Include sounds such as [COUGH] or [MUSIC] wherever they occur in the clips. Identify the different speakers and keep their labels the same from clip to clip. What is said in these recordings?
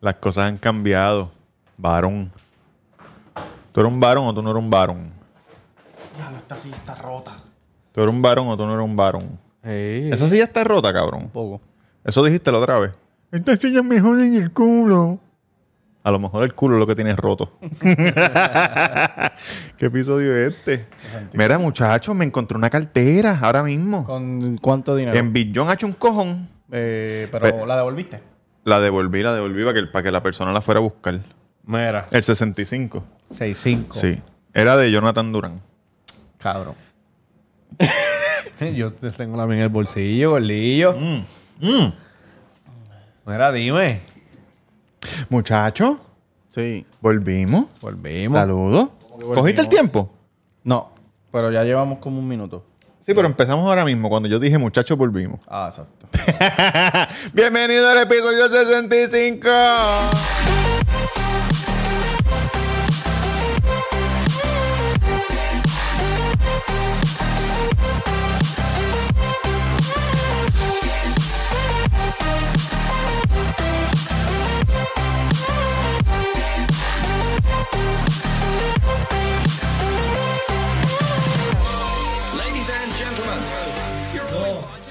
Speaker 1: Las cosas han cambiado. Varón. ¿Tú eres un varón o tú no eres un varón?
Speaker 2: Ya, esta silla está rota.
Speaker 1: ¿Tú eres un varón o tú no eres un varón?
Speaker 3: Ey,
Speaker 1: Esa silla está rota, cabrón.
Speaker 3: poco.
Speaker 1: Eso dijiste la otra vez. Esta silla me jode en el culo. A lo mejor el culo es lo que tienes [LAUGHS] roto. ¿Qué episodio es este? Mira, muchachos, me encontré una cartera ahora mismo.
Speaker 3: ¿Con cuánto dinero?
Speaker 1: En Billón ha hecho un cojón.
Speaker 3: Eh, pero
Speaker 2: Pero la devolviste.
Speaker 1: La devolví, la devolví para que, para que la persona la fuera a buscar.
Speaker 2: Mira.
Speaker 1: El 65.
Speaker 3: 6.5.
Speaker 1: Sí. Era de Jonathan Durán. [LAUGHS]
Speaker 3: Cabrón. Yo te tengo la mía en el bolsillo, bolillo.
Speaker 1: Mm.
Speaker 3: Mira, dime.
Speaker 1: Muchachos,
Speaker 2: Sí.
Speaker 1: volvimos.
Speaker 3: Volvimos.
Speaker 1: Saludos.
Speaker 2: volvimos?
Speaker 1: ¿Cogiste el tiempo?
Speaker 3: No.
Speaker 2: Pero ya llevamos como un minuto.
Speaker 1: Sí, pero empezamos ahora mismo cuando yo dije muchachos volvimos.
Speaker 2: Ah, exacto.
Speaker 1: Bienvenido al episodio 65.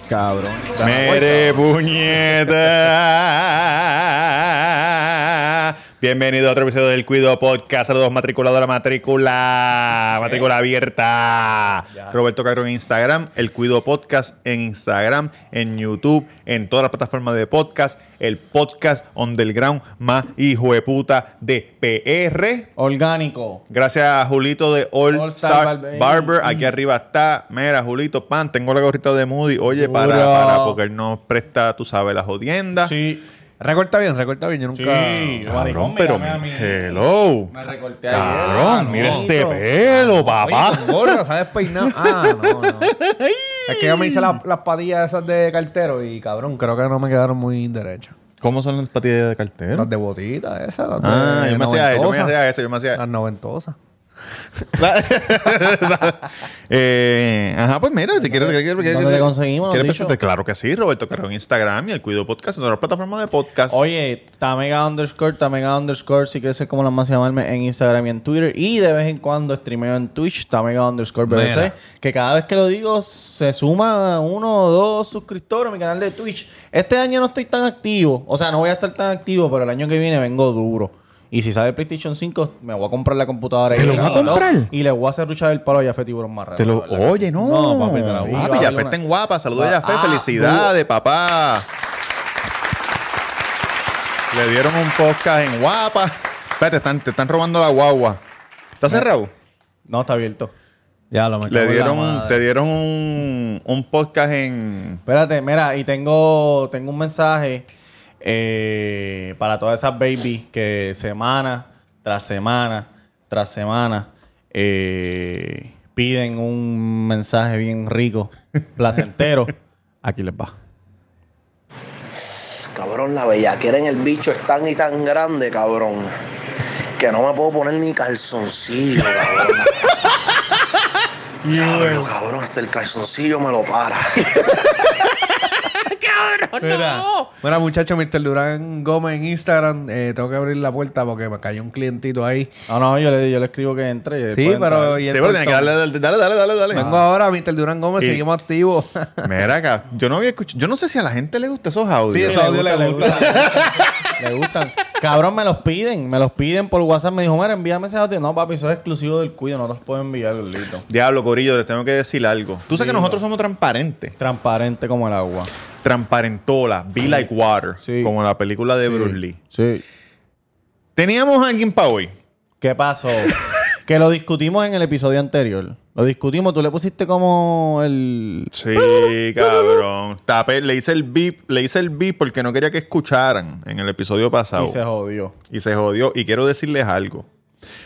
Speaker 3: Cabrón.
Speaker 1: [LAUGHS] Mere puñeta. Bienvenido a otro episodio del Cuido Podcast. Saludos matriculado a la matrícula. Matrícula abierta. Roberto Caro en Instagram, el Cuido Podcast en Instagram, en YouTube, en todas las plataformas de podcast. El podcast underground más hijo de puta de PR.
Speaker 3: Orgánico.
Speaker 1: Gracias a Julito de All,
Speaker 3: All
Speaker 1: Star,
Speaker 3: Star
Speaker 1: Barber.
Speaker 3: Barber.
Speaker 1: Aquí arriba está. Mira, Julito, pan, tengo la gorrita de Moody. Oye, para,
Speaker 3: Duro.
Speaker 1: para, porque él nos presta, tú sabes, la jodienda.
Speaker 2: Sí.
Speaker 3: Recorta bien, recorta bien. Yo nunca.
Speaker 2: Sí.
Speaker 1: Cabrón, pero
Speaker 2: mira,
Speaker 1: mi-
Speaker 2: mira, mira.
Speaker 1: hello.
Speaker 3: Me recorté ayer. Ah,
Speaker 1: Cabrón,
Speaker 3: no.
Speaker 1: mira este
Speaker 3: Oye,
Speaker 1: pelo, papá.
Speaker 3: con gorra, se ha despeinado. Ah, no, no. Es que yo me hice las, las patillas esas de cartero y cabrón, creo que no me quedaron muy derechas.
Speaker 1: ¿Cómo son las patillas de cartero?
Speaker 3: Las de botita, esas, las
Speaker 1: Ah,
Speaker 3: de
Speaker 1: yo me hacía eso, yo me
Speaker 3: noventosas.
Speaker 1: hacía eso, yo me hacía
Speaker 3: Las noventosas.
Speaker 1: [LAUGHS] Eh, ajá, pues mira, si quieres, quieres, quieres,
Speaker 3: ¿Dónde te conseguimos?
Speaker 1: ¿quieres
Speaker 3: ¿Has dicho?
Speaker 1: presentarte? Claro que sí, Roberto Carrón en Instagram y el Cuido Podcast en todas las plataformas de podcast.
Speaker 3: Oye, Tamega underscore, Tamega underscore, si quieres ser como la más llamarme en Instagram y en Twitter. Y de vez en cuando streameo en Twitch, Tamega underscore BBC.
Speaker 2: Mira.
Speaker 3: Que cada vez que lo digo se suma uno o dos suscriptores a mi canal de Twitch. Este año no estoy tan activo. O sea, no voy a estar tan activo, pero el año que viene vengo duro. Y si sale el PlayStation 5, me voy a comprar la computadora.
Speaker 1: ¿Te
Speaker 3: y
Speaker 1: lo
Speaker 3: la
Speaker 1: vas a
Speaker 3: laptop,
Speaker 1: comprar?
Speaker 3: Y le voy a hacer ruchar el palo a Jafet Tiburón Marrero.
Speaker 1: Te lo,
Speaker 3: la verdad que
Speaker 1: oye,
Speaker 3: sí.
Speaker 1: no.
Speaker 3: No, papi, te la voy a
Speaker 1: Papi,
Speaker 3: abrir
Speaker 1: Jafet
Speaker 3: una-
Speaker 1: está en guapa. Saludos a
Speaker 3: Ah,
Speaker 1: Jafet. Felicidades, papá. Le dieron un podcast en guapa. Espérate, están, te están robando la guagua. ¿Está cerrado?
Speaker 3: No, está abierto. Ya lo me
Speaker 1: Le
Speaker 3: cago en la
Speaker 1: dieron,
Speaker 3: madre.
Speaker 1: te dieron un, un podcast en...
Speaker 3: Espérate, mira, y tengo, tengo un mensaje eh, para todas esas babies que semana tras semana tras semana eh, piden un mensaje bien [LAUGHS] rico, placentero. Aquí les va.
Speaker 4: Cabrón, la bellaquera en el bicho es tan y tan grande, cabrón. Que no me puedo poner ni calzoncillo, cabrón. Diablo, cabrón, hasta el calzoncillo me lo para.
Speaker 3: Mira, mira, muchacho, Mr. Durán Gómez en Instagram. eh, tengo que abrir la puerta porque me cayó un clientito ahí.
Speaker 2: No, no, yo le, yo le escribo que entre.
Speaker 3: Sí, pero. y
Speaker 1: Sí, pero tiene que darle, darle, dale, dale, dale. dale.
Speaker 3: Vengo ahora, Mr. Durán Gómez,
Speaker 1: Y-
Speaker 3: seguimos activos.
Speaker 2: [LAUGHS]
Speaker 1: Mira acá, yo no había escuchado... Yo no sé si a la gente le gustan esos audios.
Speaker 3: Sí, esos audios le gustan. Le gustan. Cabrón, me los piden. Me los piden por WhatsApp. Me dijo, mira, envíame ese audio. No, papi, eso es exclusivo del cuido. No los puedo enviar, Lolito.
Speaker 1: Diablo, Corillo, les tengo que decir algo. Tú sabes que nosotros somos transparentes.
Speaker 3: Transparente como el agua.
Speaker 1: Transparentola, Be Like Water,
Speaker 3: Sí.
Speaker 1: como la película de Bruce Lee.
Speaker 3: Sí.
Speaker 1: Teníamos a alguien para hoy.
Speaker 3: ¿Qué [LAUGHS] pasó? que lo discutimos en el episodio anterior. Lo discutimos. Tú le pusiste como el...
Speaker 1: Sí,
Speaker 3: uh,
Speaker 1: cabrón. Tapé, le hice el beep, le hice el beep porque no quería que escucharan en el episodio pasado.
Speaker 3: Y se jodió.
Speaker 1: y se jodió. Y quiero decirles algo.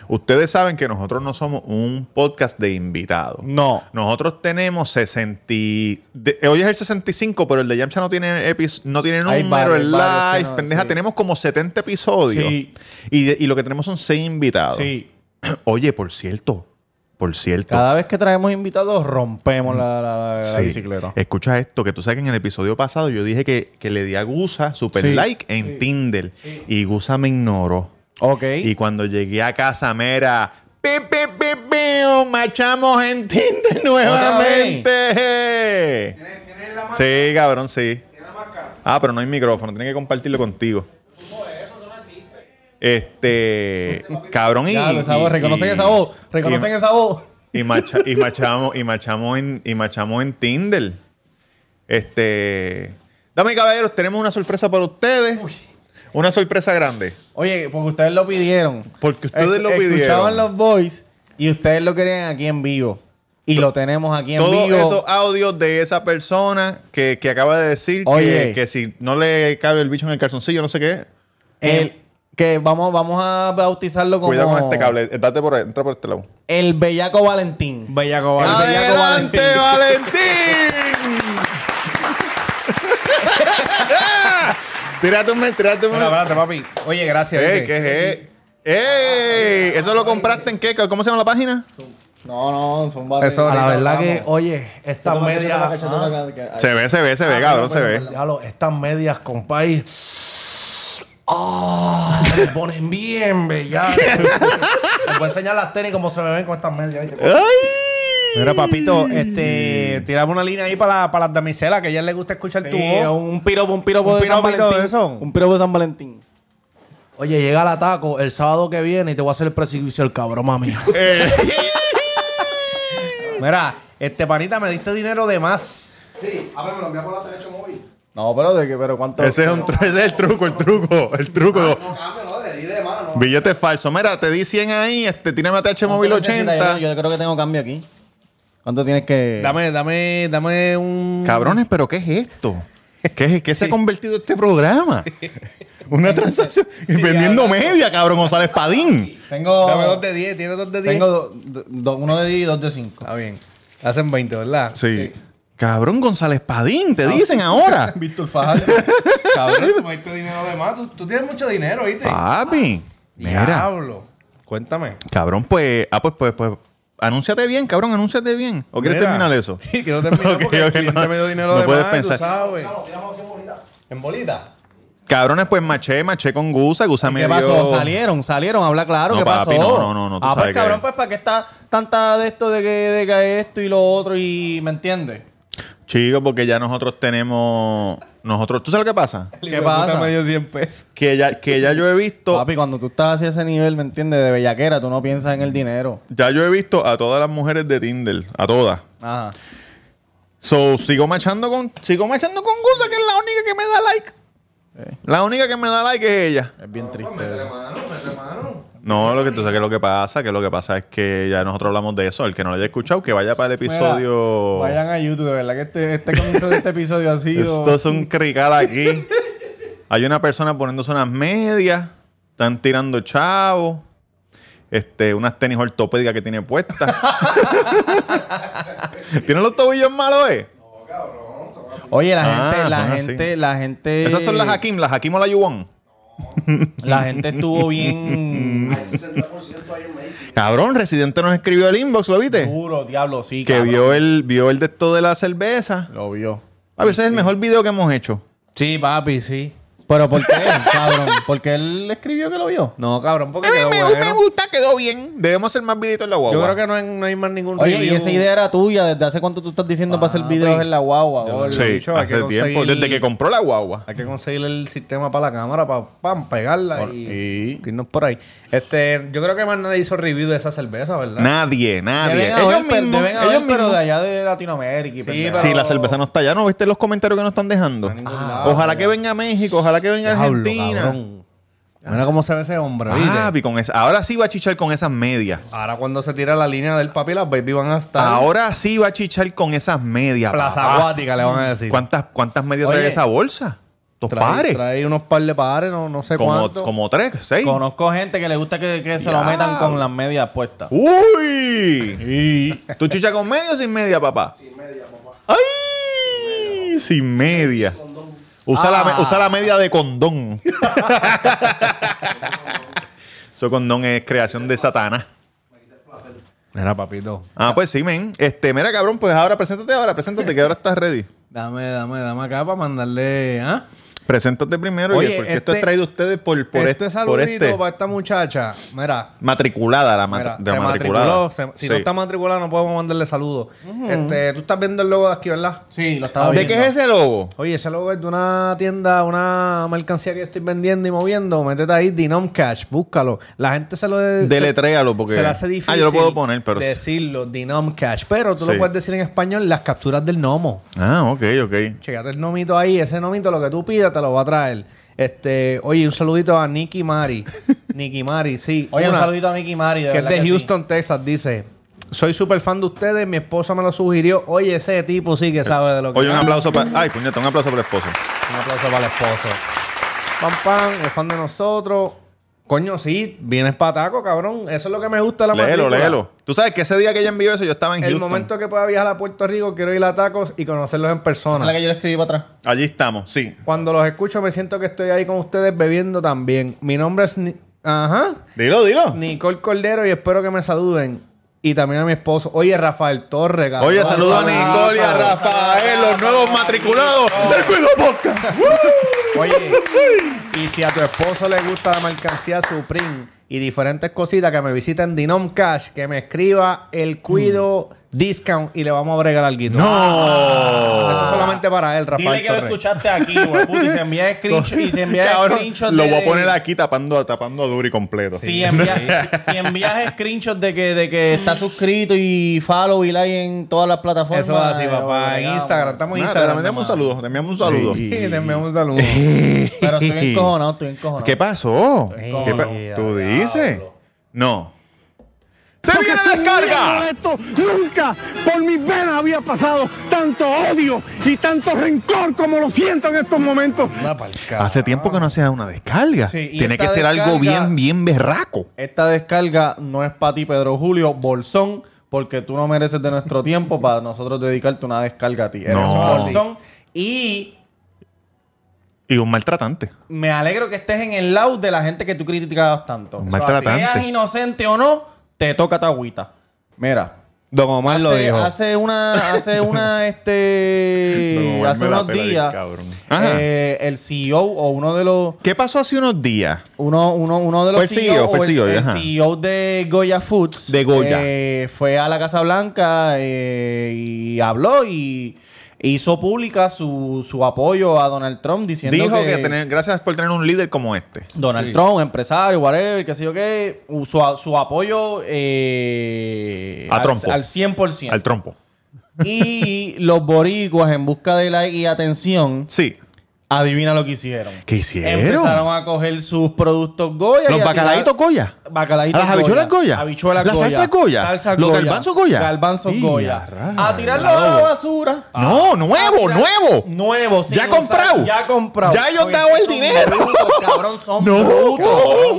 Speaker 1: Ustedes saben que nosotros no somos un podcast de invitados.
Speaker 3: No.
Speaker 1: Nosotros tenemos 60. y- de- hoy es el 65, pero el de Yamcha no tiene, epi- no tiene número,
Speaker 3: Hay varios,
Speaker 1: el
Speaker 3: varios que
Speaker 1: live,
Speaker 3: no,
Speaker 1: pendeja.
Speaker 3: sí.
Speaker 1: Tenemos como 70 episodios.
Speaker 3: Sí.
Speaker 1: Y, de- y lo que tenemos son 6 invitados.
Speaker 3: Sí.
Speaker 1: Oye, por cierto, Por cierto.
Speaker 3: Cada vez que traemos invitados, rompemos la, la- la- la
Speaker 1: Sí. Eh,
Speaker 3: bicicleta.
Speaker 1: Escucha esto, que tú sabes que en el episodio pasado yo dije que, que le di a Gusa super
Speaker 3: Sí.
Speaker 1: like en Tinder y Gusa me ignoró.
Speaker 3: Ok.
Speaker 1: Y cuando llegué a casa, mera, pi, pi, pi, pi, machamos en Tinder [LAUGHS] nuevamente. Sí, cabrón, sí. Ah, pero no hay micrófono, tiene que compartirlo contigo. Este, cabrón y,
Speaker 3: Ya, esa voz,
Speaker 1: y-
Speaker 3: reconocen
Speaker 1: y-
Speaker 3: esa voz,
Speaker 1: y-
Speaker 3: reconocen esa voz.
Speaker 1: y, macha- y machamos, y machamos en, y machamos en Tinder. Este. Dame caballeros, tenemos una sorpresa para ustedes. Una sorpresa grande.
Speaker 3: Oye, porque ustedes lo pidieron.
Speaker 1: Porque ustedes lo pidieron.
Speaker 3: Escuchaban los voice y ustedes lo querían aquí en vivo. Y lo tenemos aquí en
Speaker 1: Todos
Speaker 3: vivo.
Speaker 1: esos audios de esa persona que, que acaba de decir que-
Speaker 3: Oye.
Speaker 1: Que, si no le cabe el bicho en el calzoncillo, no sé qué.
Speaker 3: El- que vamos, vamos a bautizarlo como
Speaker 1: eh, Cuidado con este cable. Eh, Date por ahí, entra por este lado.
Speaker 3: el Bellaco Valentín.
Speaker 2: Bellaco
Speaker 3: Ah.
Speaker 2: Valentín.
Speaker 3: bellaco
Speaker 1: ¡Adelante,
Speaker 3: [LAUGHS]
Speaker 1: Valentín! [LAUGHS] tírate un mes, tírate un
Speaker 2: Bueno, espérate, papi. Oye, gracias.
Speaker 1: ¡Ey!
Speaker 2: ¿viste?
Speaker 1: ¿Qué es? eh? ¡Ey! ¿Eso lo compraste en qué? ¿Cómo se llama la página?
Speaker 3: No, no, son
Speaker 2: Eso,
Speaker 5: A la verdad
Speaker 2: vamos.
Speaker 5: que, oye, estas medias. ah,
Speaker 1: Se ve, se ve,
Speaker 3: Ah,
Speaker 1: se ve, cabrón, se ve.
Speaker 5: diablo, estas medias, compay. Oh, me ponen bien, [LAUGHS] bella. Te voy a enseñar las tenis como se me ven con estas medias. ¿viste?
Speaker 1: ¡Ay!
Speaker 2: oh, Mira, papito, este, tirame una línea ahí para, para las damiselas, que a ellas les gusta escuchar tu voz.
Speaker 3: un piropo, un piropo
Speaker 2: Un
Speaker 3: de San
Speaker 2: piropito
Speaker 3: Valentín.
Speaker 2: de eso.
Speaker 3: Un piropo de San Valentín.
Speaker 5: Oye, llega el ataco el sábado que viene y te voy a hacer el precipicio el cabrón, mami.
Speaker 1: Eh,
Speaker 2: Mira, este panita me diste dinero de más.
Speaker 5: Sí, a ver, me lo envía por la TV móvil.
Speaker 3: No, pero de que, pero cuánto.
Speaker 1: ese, es un tru- ese es el truco, el truco, el truco. Billete falso. Mira, te di 100 ahí, este, tírame a TH Móvil
Speaker 3: ¿Cuánto necesitas?
Speaker 1: 80.
Speaker 3: Yo, yo creo que tengo cambio aquí. ¿Cuánto tienes que.?
Speaker 2: Dame, dame, dame un.
Speaker 1: Cabrones, ¿pero qué es esto? ¿Qué, es- qué se ha convertido este [LAUGHS] programa? Una transacción. vendiendo media, cabrón, González Padín.
Speaker 3: Tengo.
Speaker 2: Dame dos de 10, tiene dos de 10.
Speaker 3: Tengo do- do- do- uno de 10 y dos de 5.
Speaker 2: Está bien. Hacen 20, ¿verdad?
Speaker 1: Sí. Cabrón, González Padín, te dicen [LAUGHS] ahora.
Speaker 3: Víctor Fajardo.
Speaker 2: Cabrón, tú me diste dinero de más. Tú, tú tienes mucho dinero, ¿viste?
Speaker 1: Papi. Ah, Mira.
Speaker 2: Diablo. Cuéntame.
Speaker 1: Cabrón, pues. Ah, pues, pues, pues. Anúnciate bien, cabrón, anúnciate bien. ¿O quieres
Speaker 2: Mira.
Speaker 1: terminar eso?
Speaker 2: Sí, quiero
Speaker 1: [LAUGHS]
Speaker 2: terminar
Speaker 1: Ok,
Speaker 2: porque
Speaker 1: ok,
Speaker 2: el cliente
Speaker 1: no.
Speaker 2: me dio dinero
Speaker 1: No
Speaker 2: de
Speaker 1: puedes
Speaker 2: más,
Speaker 1: pensar.
Speaker 2: tú sabes. ¿En bolita?
Speaker 1: Cabrones, pues maché, maché con Gusa, Gusa me
Speaker 3: ¿Qué
Speaker 1: dio-
Speaker 3: pasó? Salieron, salieron, habla claro.
Speaker 1: No,
Speaker 3: ¿Qué
Speaker 1: papi,
Speaker 3: pasó?
Speaker 1: no, no, no, no, tú
Speaker 3: ah,
Speaker 1: sabes
Speaker 3: pues
Speaker 1: que-
Speaker 3: cabrón, pues para qué está tanta de esto, de que, de que esto y lo otro y. ¿Me entiendes?
Speaker 1: Chicos, porque ya nosotros tenemos. Nosotros. ¿Tú sabes lo que pasa?
Speaker 3: ¿Qué pasa?
Speaker 2: me dio 100 pesos.
Speaker 1: Que ya, que ya yo he visto.
Speaker 3: Papi, cuando tú estás así a ese nivel, ¿me entiendes? De bellaquera, tú no piensas en el dinero.
Speaker 1: Ya yo he visto a todas las mujeres de Tinder. A todas.
Speaker 3: Ajá.
Speaker 1: So, sigo machando con. Sigo machando con Gusa, que es la única que me da like. La única que me da like es ella.
Speaker 3: Es bien triste. eso.
Speaker 1: No, lo que, tú sabes que lo que pasa, que lo que pasa es que ya nosotros hablamos de eso. El que no lo haya escuchado, que vaya para el episodio.
Speaker 3: Mira, vayan a YouTube, de verdad que este, este comienzo de este episodio ha sido.
Speaker 1: Esto es un crical aquí. Hay una persona poniéndose unas medias. Están tirando chavos. Este, unas tenis ortopédicas que tiene puestas. [LAUGHS] ¿Tiene los tobillos malos, eh?
Speaker 3: Oye, la
Speaker 1: Ah,
Speaker 3: gente, la
Speaker 1: son así.
Speaker 3: gente, la gente.
Speaker 1: Esas son las Hakim, las Hakim o la Yuwon.
Speaker 3: La gente estuvo bien.
Speaker 1: Cabrón, Residente nos escribió el inbox, ¿lo viste?
Speaker 3: Duro, diablo, sí.
Speaker 1: Que
Speaker 3: cabrón.
Speaker 1: vio el, vio el de esto de la cerveza.
Speaker 3: Lo vio.
Speaker 1: A veces es el mejor video que hemos hecho.
Speaker 2: Sí, papi, sí.
Speaker 3: ¿Pero por qué, cabrón? Porque él escribió que lo vio.
Speaker 2: No, cabrón, porque
Speaker 1: A mí
Speaker 2: quedó
Speaker 1: Eh, me,
Speaker 2: bueno.
Speaker 1: me gusta, quedó bien. Debemos hacer más videitos en la guagua.
Speaker 2: Yo creo que no hay, no hay más ningún
Speaker 3: Oye, y
Speaker 2: review.
Speaker 3: esa idea era tuya. ¿Desde hace cuánto tú estás diciendo para hacer
Speaker 2: Papi.
Speaker 3: videos en la guagua?
Speaker 2: Yo-
Speaker 3: bol?
Speaker 2: lo he
Speaker 1: Sí,
Speaker 2: dicho, hay que
Speaker 1: hace tiempo.
Speaker 2: conseguir-
Speaker 1: Desde que compró la guagua.
Speaker 2: Hay que conseguir el sistema para la cámara, para pam, pegarla y, irnos por ahí. Este, yo creo que más nadie hizo review de esa cerveza, ¿verdad?
Speaker 1: Nadie, nadie.
Speaker 3: Deben
Speaker 1: Ellos
Speaker 3: haber, pero-
Speaker 1: mismos.
Speaker 3: deben haber,
Speaker 1: ellos
Speaker 3: pero
Speaker 1: mismos.
Speaker 3: de allá de Latinoamérica. y pendejo.
Speaker 1: Si la cerveza no está allá, ¿no viste los comentarios que nos están dejando? Ah, ojalá que venga a México, ojalá que venga a
Speaker 2: Diablo,
Speaker 1: Argentina.
Speaker 2: cabrón. Mira cómo se ve ese hombre, ¿viste?
Speaker 1: Papi, con esa- ahora sí va a chichar con esas medias.
Speaker 2: Ahora cuando se tira la línea del papi, las baby van a estar
Speaker 1: Ahora sí va a chichar con esas medias.
Speaker 2: plaza
Speaker 1: Ah, oh, papá.
Speaker 2: acuática, le van a decir.
Speaker 1: ¿Cuántas, cuántas medias
Speaker 3: Oye,
Speaker 1: trae esa bolsa? Dos
Speaker 2: Trae,
Speaker 1: pares.
Speaker 2: trae unos par de pares, no, no sé
Speaker 1: como,
Speaker 2: cuántos.
Speaker 1: como tres, seis.
Speaker 3: Conozco gente que le gusta que, que se lo
Speaker 1: Ya.
Speaker 3: metan con las medias puestas.
Speaker 1: ¡Uy!
Speaker 3: Y
Speaker 1: ¿Tú chichas con media o sin media, papá? Sin media, papá. ¡Ay! Sin media. Usa, la,
Speaker 2: Ah.
Speaker 1: me- usa la media de condón. Eso condón es creación de Satanás.
Speaker 2: Era papito.
Speaker 1: Ah, pues sí, men. Este, mira, cabrón, pues ahora preséntate ahora, preséntate, que ahora estás ready.
Speaker 2: Dame, dame, dame acá para mandarle. ¿Ah?
Speaker 1: Preséntate primero,
Speaker 2: Oye,
Speaker 1: oye, porque esto
Speaker 2: este-
Speaker 1: es traído a ustedes por, por
Speaker 2: este
Speaker 1: este, por
Speaker 2: saludito
Speaker 1: este.
Speaker 2: para esta muchacha. Mira,
Speaker 1: Matriculada, la, matri-
Speaker 2: Mira,
Speaker 1: de
Speaker 2: se
Speaker 1: matriculada.
Speaker 2: matriculó. se- si no
Speaker 1: Sí.
Speaker 2: está matriculada, no podemos mandarle saludos. este, Tú estás viendo el logo de aquí, ¿verdad?
Speaker 3: Sí, lo estaba
Speaker 1: ¿De qué es ese logo?
Speaker 2: Oye, ese logo es de una tienda, una mercancía que yo estoy vendiendo y moviendo. Métete ahí, Dinom Cash, búscalo. La gente se lo de,
Speaker 1: Deletréalo, porque.
Speaker 2: se le hace difícil.
Speaker 1: Ah, yo lo puedo poner, pero.
Speaker 2: Decirlo, Dinom Cash. Pero tú
Speaker 1: Sí.
Speaker 2: lo puedes decir en español, las capturas del gnomo.
Speaker 1: Ah, ok, ok.
Speaker 2: Checate el nomito ahí, ese nomito, lo que tú pidas, te lo va a traer. Este, oye, un saludito a
Speaker 1: [LAUGHS]
Speaker 2: Nicky Mari. Nicky Mari, sí.
Speaker 3: Oye, un
Speaker 2: Una-
Speaker 3: saludito a Nicky Mari.
Speaker 2: que es
Speaker 3: verdad
Speaker 2: de
Speaker 3: sí.
Speaker 2: Houston, Texas, dice. Soy súper fan de ustedes, mi esposa me lo sugirió. Oye, ese tipo sí que sabe de lo que
Speaker 1: Oye, un
Speaker 2: habla".
Speaker 1: aplauso para. Ay, puñeta, un aplauso para el esposo.
Speaker 2: Un aplauso para el esposo. Pam, pam, es fan de nosotros. Coño, sí, vienes pataco, cabrón. Eso es lo que me gusta de la
Speaker 1: Léelo,
Speaker 2: matrícula.
Speaker 1: léelo. Tú sabes que ese día que ella envió eso, yo estaba en
Speaker 2: El
Speaker 1: Houston.
Speaker 2: momento que pueda viajar a Puerto Rico, quiero ir a tacos y conocerlos en
Speaker 3: Esa Es la
Speaker 2: persona.
Speaker 3: que yo le escribí para atrás.
Speaker 1: Allí estamos, sí.
Speaker 2: Cuando los escucho, me siento que estoy ahí con ustedes bebiendo también. Mi nombre es. Ni- Ajá.
Speaker 1: Dilo, dilo.
Speaker 2: Nicole Cordero y espero que me saluden. Y también a mi esposo. Oye, Rafael Torres, cabrón.
Speaker 1: Oye, saludos a Nicole y a Rafael, los nuevos matriculados
Speaker 2: Oh.
Speaker 1: del Cuido Podcast.
Speaker 2: Oye, y si a tu esposo le gusta la mercancía Supreme y diferentes cositas, que me visiten Dinom Cash, que me escriba el cuido
Speaker 1: Mm.
Speaker 2: discount y le vamos a bregar algo. Ah,
Speaker 1: No.
Speaker 2: Eso solamente para él, Rafael
Speaker 3: Dile que lo
Speaker 2: Torres.
Speaker 3: escuchaste aquí, güey. puta, Y se envía screenshot. Y se envía
Speaker 1: Cabrón,
Speaker 3: screenshot
Speaker 1: Lo
Speaker 3: de-
Speaker 1: voy a poner aquí tapando, a- tapando a Duri completo.
Speaker 3: Si envías, si envías screenshots de que, de que estás suscrito y follow y like en todas las plataformas.
Speaker 2: Eso es así, papá. En
Speaker 3: agregamos.
Speaker 2: Instagram. Estamos en
Speaker 1: Nada,
Speaker 2: Instagram.
Speaker 1: te enviamos un saludo, te enviamos un saludo.
Speaker 2: Sí, [LAUGHS] te enviamos un saludo.
Speaker 3: Pero estoy encojonado, estoy encojonado.
Speaker 1: ¿Qué pasó? ¿Qué pa-
Speaker 2: Ey,
Speaker 1: ¿Tú dices? No. ¡Se viene descarga!
Speaker 6: esto nunca por mis venas había pasado tanto odio y tanto rencor como lo siento en estos momentos.
Speaker 2: Una palca.
Speaker 1: Hace tiempo que no hacía una descarga.
Speaker 3: Sí, y
Speaker 1: Tiene
Speaker 3: esta
Speaker 1: que ser algo
Speaker 3: descarga-
Speaker 1: bien, bien berraco.
Speaker 3: Esta descarga no es para ti, Pedro Julio, bolsón, porque tú no mereces de [LAUGHS] nuestro tiempo para nosotros dedicarte una descarga a ti. Eres
Speaker 1: No.
Speaker 3: un bolsón. Y
Speaker 1: Y un maltratante.
Speaker 3: me alegro que estés en el lado de la gente que tú criticabas tanto.
Speaker 1: Un
Speaker 3: O sea,
Speaker 1: maltratante.
Speaker 3: seas inocente o no, te toca tu agüita. Mira.
Speaker 2: Don Omar lo
Speaker 3: hace,
Speaker 2: dijo.
Speaker 3: hace una, [LAUGHS] hace una,
Speaker 1: Don
Speaker 3: este,
Speaker 1: Omar
Speaker 3: hace
Speaker 1: me la
Speaker 3: unos
Speaker 1: pela bien,
Speaker 3: días,
Speaker 1: cabrón. Ajá.
Speaker 3: eh, el CEO o uno de los,
Speaker 1: ¿Qué pasó hace unos días?
Speaker 3: uno, uno, uno de los E
Speaker 1: Fue el CEO,
Speaker 3: o
Speaker 1: fue el CEO,
Speaker 3: el
Speaker 1: ajá.
Speaker 3: CEO de Goya Foods.
Speaker 1: De Goya.
Speaker 3: eh, fue a la Casa Blanca eh, y habló y hizo pública su, su apoyo a Donald Trump diciendo
Speaker 1: Dijo que, tener, gracias por tener un líder como este.
Speaker 3: Donald Trump, empresario, whatever, qué sé yo qué, su, su apoyo eh,
Speaker 1: A
Speaker 3: al,
Speaker 1: Trump.
Speaker 3: al 100%.
Speaker 1: Al trompo.
Speaker 3: y los boricuas en busca de like y atención,
Speaker 1: Sí.
Speaker 3: adivina lo que hicieron.
Speaker 1: ¿Qué hicieron?
Speaker 3: Empezaron a coger sus productos Goya. y
Speaker 1: Los
Speaker 3: a
Speaker 1: bacalaitos
Speaker 3: tirar-
Speaker 1: Goya.
Speaker 3: Bacalaitos
Speaker 1: ¿A las habichuelas Goya?
Speaker 3: Habichuelas
Speaker 1: ¿La
Speaker 3: Goya.
Speaker 1: salsa Goya?
Speaker 3: Salsa
Speaker 1: ¿Los
Speaker 3: Goya.
Speaker 1: garbanzos Goya?
Speaker 3: Garbanzos
Speaker 1: Y
Speaker 3: Goya.
Speaker 1: a
Speaker 3: A tirarlo a la basura.
Speaker 1: No,
Speaker 3: ah,
Speaker 1: nuevo, nuevo.
Speaker 3: Nuevo, sí.
Speaker 1: Ya comprado.
Speaker 3: Ya comprado.
Speaker 1: Ya ellos
Speaker 3: Porque
Speaker 1: daban el
Speaker 3: son
Speaker 1: dinero.
Speaker 3: brutos, cabrón, son
Speaker 1: No,
Speaker 3: brutos.
Speaker 1: cabrón.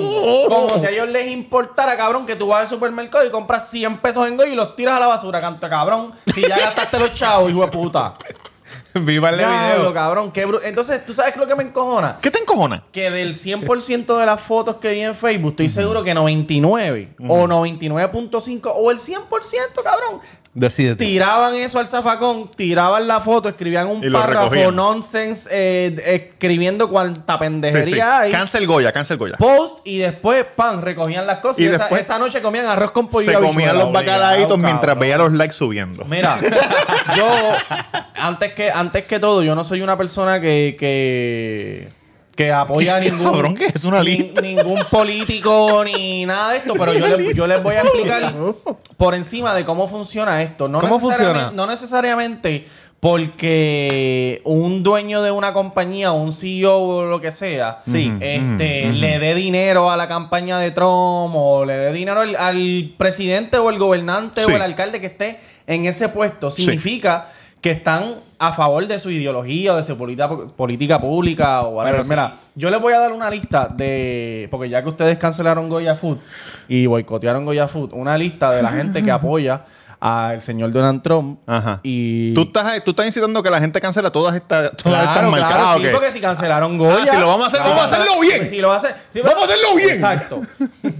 Speaker 3: Como si a ellos les importara, cabrón, que tú vas al supermercado y compras 100 pesos en Goya y los tiras a la basura, canto cabrón. Si ya gastaste los chavos, hijo de puta.
Speaker 2: Viva el
Speaker 3: Diablo,
Speaker 2: video.
Speaker 3: cabrón, qué bru- Entonces, ¿tú sabes lo que me encojona?
Speaker 1: ¿Qué te encojona?
Speaker 3: que del 100% de las fotos que vi en Facebook, estoy seguro que 99 o 99.5 o el 100%, cabrón,
Speaker 2: Decídete.
Speaker 3: tiraban eso al zafacón, tiraban la foto, escribían un
Speaker 1: Y lo
Speaker 3: párrafo
Speaker 1: recogían.
Speaker 3: nonsense, eh, escribiendo cuanta
Speaker 1: Sí, sí.
Speaker 3: pendejería hay.
Speaker 1: Cancel Goya, cancel Goya.
Speaker 3: Post y después, pan, recogían las cosas y,
Speaker 1: Y
Speaker 3: esa,
Speaker 1: después
Speaker 3: esa noche comían arroz con pollo. y
Speaker 1: Se
Speaker 3: habichuela,
Speaker 1: comían los
Speaker 3: obligado,
Speaker 1: bacalaitos mientras
Speaker 3: cabrón.
Speaker 1: veía los likes subiendo.
Speaker 3: Mira, [LAUGHS] yo antes que, antes que todo, yo no soy una persona que, que, que apoya
Speaker 1: [LAUGHS]
Speaker 3: a
Speaker 1: ¿Qué
Speaker 3: ningún,
Speaker 1: cabrón que es una
Speaker 3: nin-
Speaker 1: lista?
Speaker 3: ningún político ni nada de esto, pero yo, les- yo les voy a
Speaker 2: [LAUGHS]
Speaker 3: explicar por encima de cómo funciona esto. No
Speaker 2: ¿Cómo
Speaker 3: necesariamente-
Speaker 2: funciona?
Speaker 3: No necesariamente porque un dueño de una compañía, un CEO o lo que sea,
Speaker 1: Sí.
Speaker 3: este, le dé dinero a la campaña de Trump o le dé dinero al, al presidente o el gobernante
Speaker 1: Sí.
Speaker 3: o el alcalde que esté en ese puesto, significa que están a favor de su ideología o de su política, política pública o whatever.
Speaker 2: Pero sí.
Speaker 3: Mira, yo les voy a dar una lista de. Porque ya que ustedes cancelaron Goya Food y boicotearon Goya Food, una lista de la gente que apoya al señor Donald Trump.
Speaker 1: Ajá.
Speaker 3: Y.
Speaker 1: Tú estás, tú estás incitando que la gente cancela todas estas todas
Speaker 3: Claro,
Speaker 1: estas marcas.
Speaker 3: claro,
Speaker 1: Ah,
Speaker 3: sí,
Speaker 1: ok.
Speaker 3: porque si cancelaron Goya.
Speaker 1: Ah, si lo vamos a hacer,
Speaker 3: Claro. pues
Speaker 1: vamos a hacerlo bien.
Speaker 3: Si lo hace- si-
Speaker 1: Vamos a hacerlo bien.
Speaker 3: Exacto.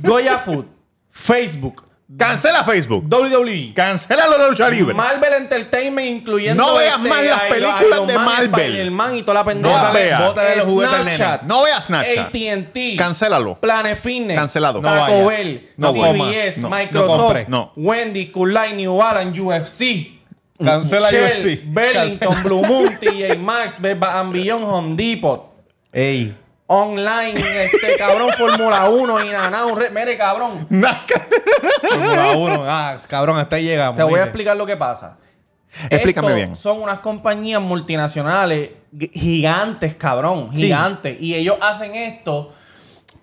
Speaker 3: Goya Food, Facebook,
Speaker 1: Cancela Facebook.
Speaker 3: WWE.
Speaker 1: Cancela la lucha libre.
Speaker 3: Marvel Entertainment incluyendo
Speaker 1: No veas más las
Speaker 3: este, Iron-
Speaker 1: películas
Speaker 3: Iron
Speaker 1: de
Speaker 3: Man,
Speaker 1: Marvel.
Speaker 3: Spider-Man y toda la pendeja.
Speaker 1: las veas.
Speaker 2: Bótale los juguetes al nene.
Speaker 3: Snapchat.
Speaker 1: No veas Snapchat.
Speaker 3: AT&T. [LAUGHS]
Speaker 1: Cancélalo. [LAUGHS]
Speaker 3: Planet Fitness.
Speaker 1: Cancelado. No
Speaker 3: Taco
Speaker 2: vaya.
Speaker 3: Bell.
Speaker 2: No
Speaker 3: CBS.
Speaker 1: coma. No.
Speaker 2: No
Speaker 3: Microsoft.
Speaker 2: compre.
Speaker 1: No.
Speaker 3: Wendy, Kulai, New Balance, UFC.
Speaker 2: Cancela
Speaker 3: Shell,
Speaker 2: UFC.
Speaker 3: Burlington, Blue
Speaker 2: [LAUGHS]
Speaker 3: Moon, TJ Maxx, Bed Bath and Beyond, Home Depot.
Speaker 2: Ey.
Speaker 3: Online,
Speaker 2: [LAUGHS]
Speaker 3: este cabrón, Fórmula 1 y nada, nada, un re- Mire, cabrón,
Speaker 1: Nazca.
Speaker 2: Fórmula 1. Ah, cabrón, hasta ahí llegamos.
Speaker 3: te voy a
Speaker 2: ¿viste?
Speaker 3: explicar lo que pasa.
Speaker 1: Explícame
Speaker 3: Estos
Speaker 1: bien.
Speaker 3: Son unas compañías multinacionales gi- eh, gigantes, cabrón,
Speaker 2: Sí.
Speaker 3: gigantes. Y ellos hacen esto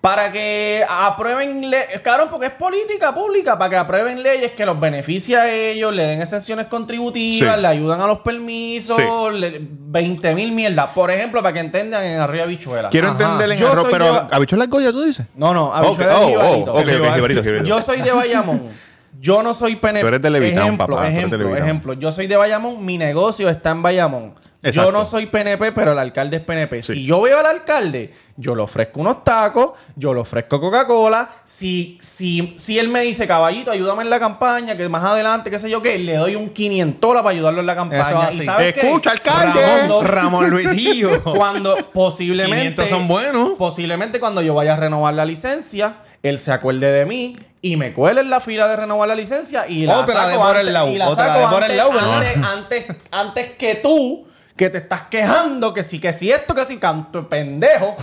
Speaker 3: para que aprueben, le- cabrón, porque es política pública, para que aprueben leyes que los beneficia a ellos, le den exenciones contributivas,
Speaker 1: Sí.
Speaker 3: le ayudan a los permisos,
Speaker 1: Sí.
Speaker 3: le- 20 mil mierdas. Por ejemplo, para que entendan en Arriba Bichuela.
Speaker 1: Quiero
Speaker 2: Ajá.
Speaker 1: entender en
Speaker 3: Yo
Speaker 1: arroz,
Speaker 3: soy
Speaker 1: pero.
Speaker 3: yo-
Speaker 1: ¿Habichuelas Goya tú dices?
Speaker 3: No, no,
Speaker 1: Ok,
Speaker 3: habichuela
Speaker 1: oh,
Speaker 3: es jibarito.
Speaker 1: oh, ok, ok,
Speaker 2: Jibarito.
Speaker 1: jibarito, jibarito.
Speaker 3: Yo soy de Bayamón. Yo no soy PNP.
Speaker 1: Tú eres de Levitown,
Speaker 3: ejemplo,
Speaker 1: papá, tú eres de
Speaker 3: Ejemplo,
Speaker 1: Levitown.
Speaker 3: ejemplo. Yo soy de Bayamón. Mi negocio está en Bayamón.
Speaker 1: Exacto.
Speaker 3: Yo no soy PNP, pero el alcalde es PNP.
Speaker 1: Sí.
Speaker 3: Si yo veo al alcalde, yo le ofrezco unos tacos, yo le ofrezco Coca-Cola. Si, si, si él me dice, caballito, ayúdame en la campaña, que más adelante, qué sé yo qué, le doy un 500 para ayudarlo en la
Speaker 2: Eso
Speaker 3: campaña.
Speaker 2: es
Speaker 3: ¿Y
Speaker 2: así.
Speaker 3: sabes qué?
Speaker 1: Escucha, alcalde.
Speaker 3: Ramón,
Speaker 2: Ramón [LAUGHS] Luisillo.
Speaker 3: [LAUGHS] cuando posiblemente
Speaker 2: 500 son buenos.
Speaker 3: posiblemente cuando yo vaya a renovar la licencia, él se acuerde de mí y me cuele en la fila de renovar la licencia y la
Speaker 2: O te la dé
Speaker 3: saco
Speaker 2: por
Speaker 3: antes-
Speaker 2: el lado,
Speaker 3: y la
Speaker 2: o te la
Speaker 3: saco
Speaker 2: dé por el
Speaker 3: antes-
Speaker 2: lado, ¿verdad?
Speaker 3: antes, antes, antes que tú que te estás quejando que sí que sí esto que sí canto pendejo.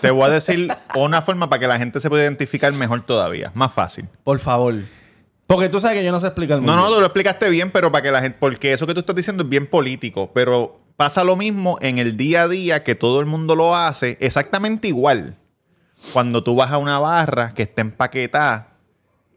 Speaker 1: Te voy a decir una forma para que la gente se pueda identificar mejor todavía. Más fácil.
Speaker 3: Por favor. Porque tú sabes que yo no sé explicar
Speaker 1: No, no, tú lo explicaste bien, pero para que la gente. Porque eso que tú estás diciendo es bien político, pero pasa lo mismo en el día a día que todo el mundo lo hace exactamente igual. Cuando tú vas a una barra que está empaquetada